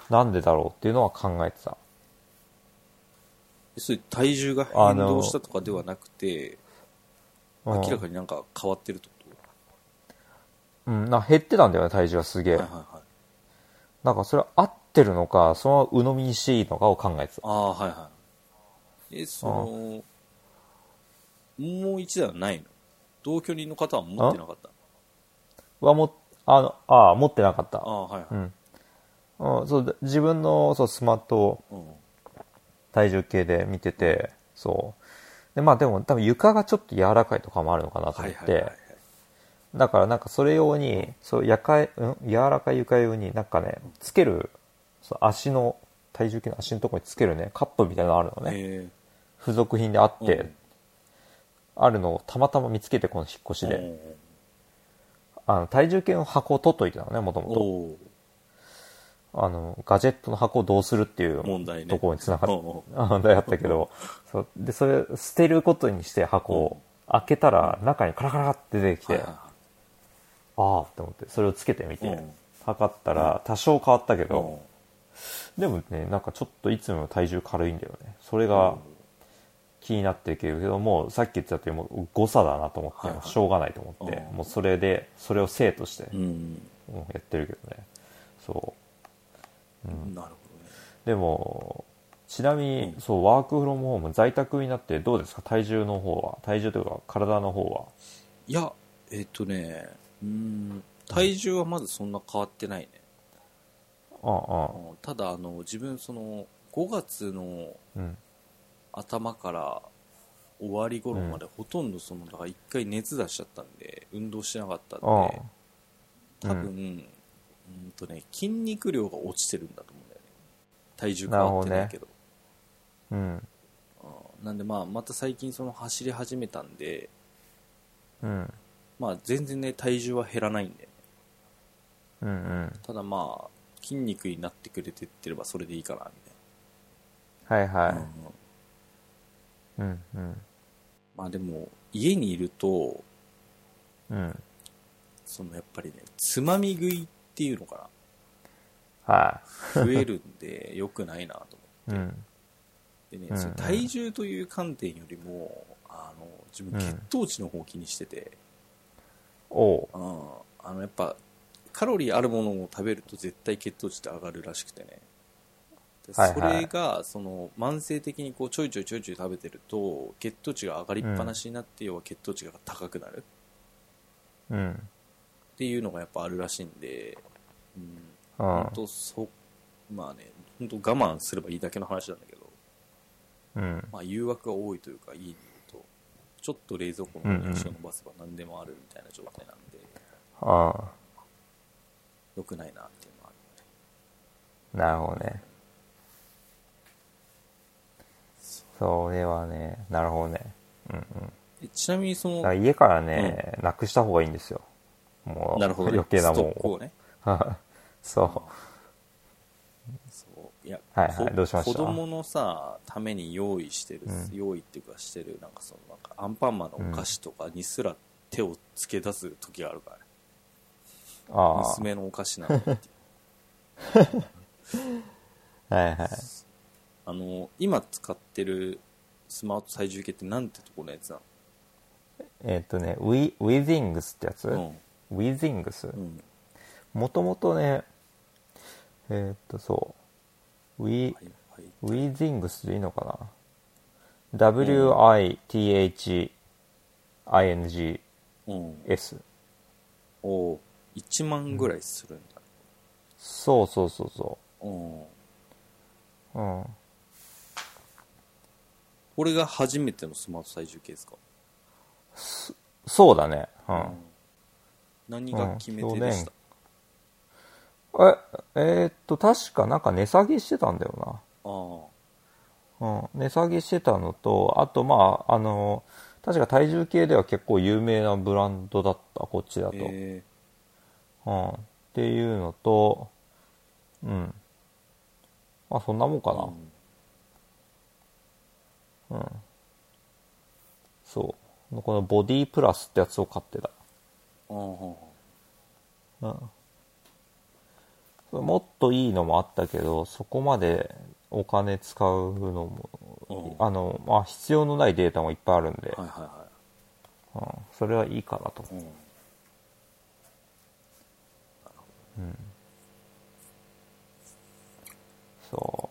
[SPEAKER 2] なんでだろうっていうのは考えてた。
[SPEAKER 1] えそれ体重が変動したとかではなくて、
[SPEAKER 2] うん
[SPEAKER 1] 明らかになんか変わってるってこ
[SPEAKER 2] うん、なんか減ってたんだよね、体重がすげえ。
[SPEAKER 1] とはいはいはい。
[SPEAKER 2] なんかそれは合ってるのか、そのまま鵜呑みにしていいのかを考えてた。
[SPEAKER 1] ああ、はいはい。え、その、もう一台はないの同居人の方は持ってなかった
[SPEAKER 2] はも、あの、ああ、持ってなかった
[SPEAKER 1] あ。あ、はいはい。
[SPEAKER 2] うん。うん、そうだ自分のそうスマート
[SPEAKER 1] うん
[SPEAKER 2] 体重計で見てて、そう。で、まあでも多分床がちょっと柔らかいとかもあるのかなと
[SPEAKER 1] は
[SPEAKER 2] 思っ
[SPEAKER 1] い
[SPEAKER 2] て、
[SPEAKER 1] はいはいはい
[SPEAKER 2] だからなんかそれ用に、そう、やかい、うん、柔らかい床用になんかね、つける、そう足の、体重計の足のところにつけるね、カップみたいなのあるのね。
[SPEAKER 1] え
[SPEAKER 2] 付属品であって、
[SPEAKER 1] うん
[SPEAKER 2] あるのをたまたま見つけて、この引っ越
[SPEAKER 1] ー
[SPEAKER 2] しで。
[SPEAKER 1] うん
[SPEAKER 2] あの、体重計の箱を取っといてたのね、もともと。
[SPEAKER 1] おー
[SPEAKER 2] あの、ガジェットの箱をどうするっていう
[SPEAKER 1] 問題ね
[SPEAKER 2] ところにつなが
[SPEAKER 1] う
[SPEAKER 2] っ
[SPEAKER 1] んうん
[SPEAKER 2] あ問題あったけどそうでそれ捨てることにして箱を開けたら中にカラカラって出てきて、
[SPEAKER 1] はい
[SPEAKER 2] あ
[SPEAKER 1] は
[SPEAKER 2] あって思ってそれをつけてみて、
[SPEAKER 1] うん
[SPEAKER 2] 測ったら多少変わったけ
[SPEAKER 1] いはい
[SPEAKER 2] ど、でもねなんかちょっといつもより体重軽いんだよねそれが気になってるけどもうさっき言ってたとおりもう誤差だなと思って、
[SPEAKER 1] はいはい
[SPEAKER 2] しょうがないと思って、
[SPEAKER 1] うん
[SPEAKER 2] もうそれでそれを生として、
[SPEAKER 1] うん
[SPEAKER 2] うんやってるけどねそう
[SPEAKER 1] なるほ
[SPEAKER 2] でもちなみに、
[SPEAKER 1] うん
[SPEAKER 2] そうワークフロムホーム在宅になってどうですか体重の方は体重というか体の方はい
[SPEAKER 1] やえっ、とねうん体重はまずそんな変わってないね、
[SPEAKER 2] あ
[SPEAKER 1] うんただあの自分その5月の
[SPEAKER 2] あうん
[SPEAKER 1] 頭から終わり頃までほとんどそのだから1回熱出しちゃったんで運動してなかったんで
[SPEAKER 2] ああ
[SPEAKER 1] 多分、
[SPEAKER 2] う
[SPEAKER 1] うんとね、筋肉量が落ちてるんだと思うんだよね体重変わってないけど
[SPEAKER 2] うん
[SPEAKER 1] うんなんでまあまた最近その走り始めたんで、
[SPEAKER 2] うん
[SPEAKER 1] まあ、全然ね体重は減らないんで
[SPEAKER 2] うんうん
[SPEAKER 1] ただまあ筋肉になってくれてってればそれでいいかなみ
[SPEAKER 2] はい
[SPEAKER 1] たいな、
[SPEAKER 2] は
[SPEAKER 1] うん
[SPEAKER 2] いうんうん
[SPEAKER 1] まあでも家にいると
[SPEAKER 2] うん
[SPEAKER 1] そのやっぱりねつまみ食いっていうのか
[SPEAKER 2] は
[SPEAKER 1] な増えるんで良くないなと思
[SPEAKER 2] いう
[SPEAKER 1] っ
[SPEAKER 2] ん
[SPEAKER 1] てね、
[SPEAKER 2] うん
[SPEAKER 1] その体重という観点よりもあの自分
[SPEAKER 2] うん
[SPEAKER 1] 血糖値の方を気にしてて、
[SPEAKER 2] おう
[SPEAKER 1] うんあのやっぱカロリーあるものを食べると絶対血糖値って上がるらしくてねで
[SPEAKER 2] はい
[SPEAKER 1] そ
[SPEAKER 2] はい
[SPEAKER 1] れがその慢性的にこうちょいちょいちょいちょい食べてると血糖値が上がりっぱなしになって、要は血糖値が高くなる
[SPEAKER 2] うん
[SPEAKER 1] っていうのがやっぱあるらしいんで、うん、
[SPEAKER 2] うん
[SPEAKER 1] 本当そまあね本当我慢すればいいだけの話なんだけど、
[SPEAKER 2] うん
[SPEAKER 1] まあ、誘惑が多いというか家にいるとちょっと冷蔵庫の足を伸ばせば何でもあるみたいな状態なんで、
[SPEAKER 2] ああ
[SPEAKER 1] 良くないなっていうのはあるよね
[SPEAKER 2] なるほどね。それはね、なるほどね。うんうん。
[SPEAKER 1] えちなみにそ
[SPEAKER 2] だから
[SPEAKER 1] の
[SPEAKER 2] 家からね、なくした方がいいんですよ。もう、
[SPEAKER 1] なるほど、ね、
[SPEAKER 2] 余計な
[SPEAKER 1] スト
[SPEAKER 2] もん
[SPEAKER 1] ックをね
[SPEAKER 2] はい そ
[SPEAKER 1] そういや、
[SPEAKER 2] はいはい
[SPEAKER 1] こ
[SPEAKER 2] どうしました
[SPEAKER 1] 子供のさために用意してる、
[SPEAKER 2] うん
[SPEAKER 1] 用意っていうかしてるなんかそのなんかアンパンマンのお菓子とかにすら手を付け出す時があるからね、
[SPEAKER 2] う。あ
[SPEAKER 1] 娘のお菓子なのにっていう
[SPEAKER 2] あ。はいはい。
[SPEAKER 1] あの今使ってるスマート体重計ってなんてとこのやつな
[SPEAKER 2] えっ、とね、ウィ、ウィズイングスってやつ、
[SPEAKER 1] の
[SPEAKER 2] ウィズイングス
[SPEAKER 1] うん、うん、
[SPEAKER 2] もともとね、えっ、と、そう。ウィ、
[SPEAKER 1] はいはい
[SPEAKER 2] ウィズイングスでいいのかな ?WITHINGS。
[SPEAKER 1] うんお1万ぐらいするんだ、
[SPEAKER 2] そうそうそうそ
[SPEAKER 1] うん、
[SPEAKER 2] う。うん。
[SPEAKER 1] これが初めてのスマート体重計ですか、
[SPEAKER 2] そうだね。う
[SPEAKER 1] うん
[SPEAKER 2] ん。
[SPEAKER 1] 何が決め手でした、
[SPEAKER 2] え、えーっと、確かなんか値下げしてたんだよ
[SPEAKER 1] ああ
[SPEAKER 2] な。うん。値下げしてたのと、あと、まあ、あの、確か体重計では結構有名なブランドだった、こっちだと。
[SPEAKER 1] え
[SPEAKER 2] うん。っていうのと、うん。まあ、そんなもんか
[SPEAKER 1] ーう
[SPEAKER 2] な。
[SPEAKER 1] ん
[SPEAKER 2] そう。このボディプラスってやつを買ってた。
[SPEAKER 1] ああ
[SPEAKER 2] うん。それもっといいのもあったけど、そこまでお金使うの
[SPEAKER 1] うん
[SPEAKER 2] も、あの、まあ、必要のないデータもいっぱいあるんで、
[SPEAKER 1] はいは
[SPEAKER 2] うん、それはいいかなと
[SPEAKER 1] いはい、うん、
[SPEAKER 2] そ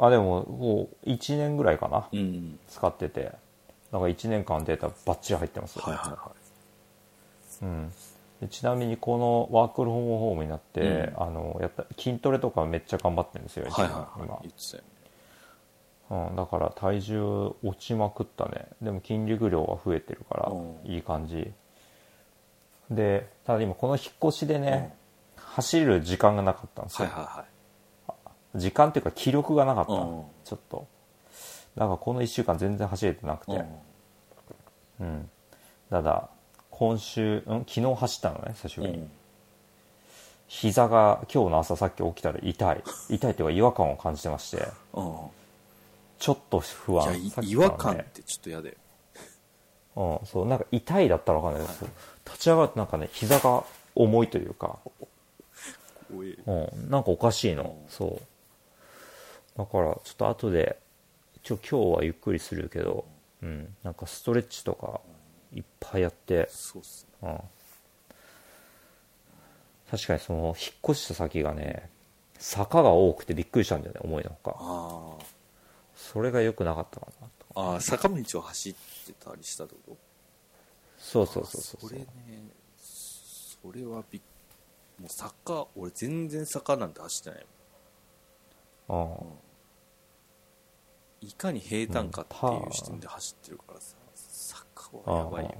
[SPEAKER 2] うあでももう1年ぐらいかな、
[SPEAKER 1] うんうん、
[SPEAKER 2] 使っててなんか1年間データバッチリ入ってます
[SPEAKER 1] はいはいは
[SPEAKER 2] うんでちなみにこのワークフロームホームになって、
[SPEAKER 1] うん
[SPEAKER 2] あのやった筋トレとかめっちゃ頑張ってるんですよ、
[SPEAKER 1] はいはい
[SPEAKER 2] 今
[SPEAKER 1] はい言ってたよね
[SPEAKER 2] うん、だから体重落ちまくったねでも筋力量は増えてるから
[SPEAKER 1] うん
[SPEAKER 2] いい感じでただ今この引っ越しでね、走る時間がなかったんです
[SPEAKER 1] はい
[SPEAKER 2] よ、
[SPEAKER 1] は
[SPEAKER 2] 時間っていうか気力がなかった、
[SPEAKER 1] うん
[SPEAKER 2] ちょっとだからこの1週間全然走れてなく
[SPEAKER 1] いはい
[SPEAKER 2] て、うんただ今週、うん、昨日走ったのね久し
[SPEAKER 1] う
[SPEAKER 2] ぶ
[SPEAKER 1] ん
[SPEAKER 2] りに、膝が今日の朝さっき起きたら痛い痛いというか違和感を感じてまして
[SPEAKER 1] うんうん
[SPEAKER 2] ちょっと不安
[SPEAKER 1] い
[SPEAKER 2] さ
[SPEAKER 1] やい
[SPEAKER 2] っき
[SPEAKER 1] 違
[SPEAKER 2] からね
[SPEAKER 1] 和感ってちょっと嫌だよ
[SPEAKER 2] うん、そう、なんか痛いだったらわかんないです。立ち上がってなんかね、膝が重いというか、
[SPEAKER 1] おい
[SPEAKER 2] うん、なんかおかしいの、
[SPEAKER 1] うん
[SPEAKER 2] そう。だから、ちょっと後で、ちょ、今日はゆっくりするけど、うん、なんかストレッチとか、いっぱいやって、
[SPEAKER 1] そうっすね
[SPEAKER 2] うん。確かにその、引っ越した先がね、坂が多くてびっくりしたんだよね、思いのほか。
[SPEAKER 1] あー
[SPEAKER 2] それが良くなかったかなと。
[SPEAKER 1] あー坂道を走ってたりしたってこ
[SPEAKER 2] そう
[SPEAKER 1] と
[SPEAKER 2] そうそうそうそう。
[SPEAKER 1] れねそれはびっもう坂俺全然坂なんて走ってない
[SPEAKER 2] うん
[SPEAKER 1] いかに平坦かっていう視点で走ってるからさ坂はやばいよね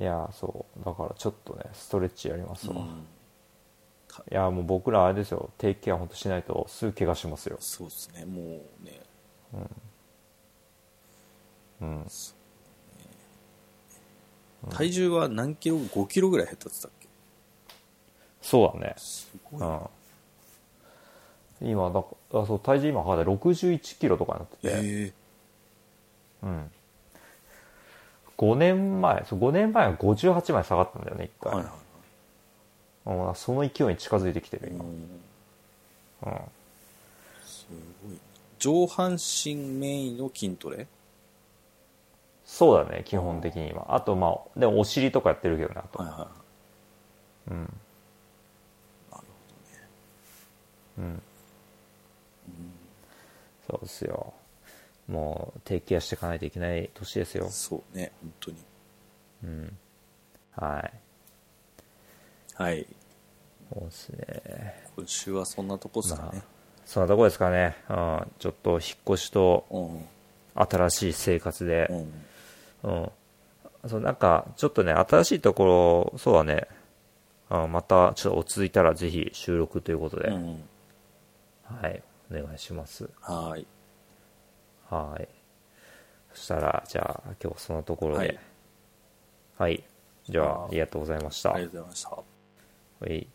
[SPEAKER 2] いやーそうだからちょっとねストレッチやりますわ、
[SPEAKER 1] う
[SPEAKER 2] い
[SPEAKER 1] ん
[SPEAKER 2] やーもう僕らあれですよ定期ケアほんとしないとすぐ怪我しますよ
[SPEAKER 1] そうですねもうね
[SPEAKER 2] うん
[SPEAKER 1] 体重は何キロ5キロぐらい減ったって言ってたっけ
[SPEAKER 2] そうだね
[SPEAKER 1] すごいな
[SPEAKER 2] うん今だあそう体重今測って61キロとかになってて、
[SPEAKER 1] え
[SPEAKER 2] うん5年前そう5年前は58まで下がったんだよね一
[SPEAKER 1] え
[SPEAKER 2] 回、
[SPEAKER 1] はいは
[SPEAKER 2] うん、その勢いに近づいてきてる
[SPEAKER 1] い、う
[SPEAKER 2] 今、
[SPEAKER 1] ん、
[SPEAKER 2] うん、
[SPEAKER 1] すごいな上半身メインの筋トレ
[SPEAKER 2] そうだね基本的に今あとまあでもお尻とかやってるけどねあと、
[SPEAKER 1] はいはいはい
[SPEAKER 2] うん
[SPEAKER 1] なる
[SPEAKER 2] うんそうですよ。もう、定期アしていかないといけない年ですよ
[SPEAKER 1] ほど。そうね本当に
[SPEAKER 2] うん。はい。
[SPEAKER 1] はい
[SPEAKER 2] そうですね。
[SPEAKER 1] 今週はそんなとこっすか
[SPEAKER 2] ま
[SPEAKER 1] ね
[SPEAKER 2] あ、そんなとこですかね。うん。ちょっと、引っ越しと、
[SPEAKER 1] うん
[SPEAKER 2] 新しい生活で
[SPEAKER 1] う、ん
[SPEAKER 2] うん。そう、なんか、ちょっとね、新しいところ、そうだね。うん、また、ちょっと落ち着いたら、ぜひ、収録ということで、
[SPEAKER 1] うん
[SPEAKER 2] はい。お願いします。
[SPEAKER 1] はい
[SPEAKER 2] はい。そしたら、じゃあ、今日はそのところで。
[SPEAKER 1] は
[SPEAKER 2] はいい。じゃ
[SPEAKER 1] あ
[SPEAKER 2] あ、
[SPEAKER 1] ー
[SPEAKER 2] ありがとうございました。
[SPEAKER 1] ありがとうございました
[SPEAKER 2] はい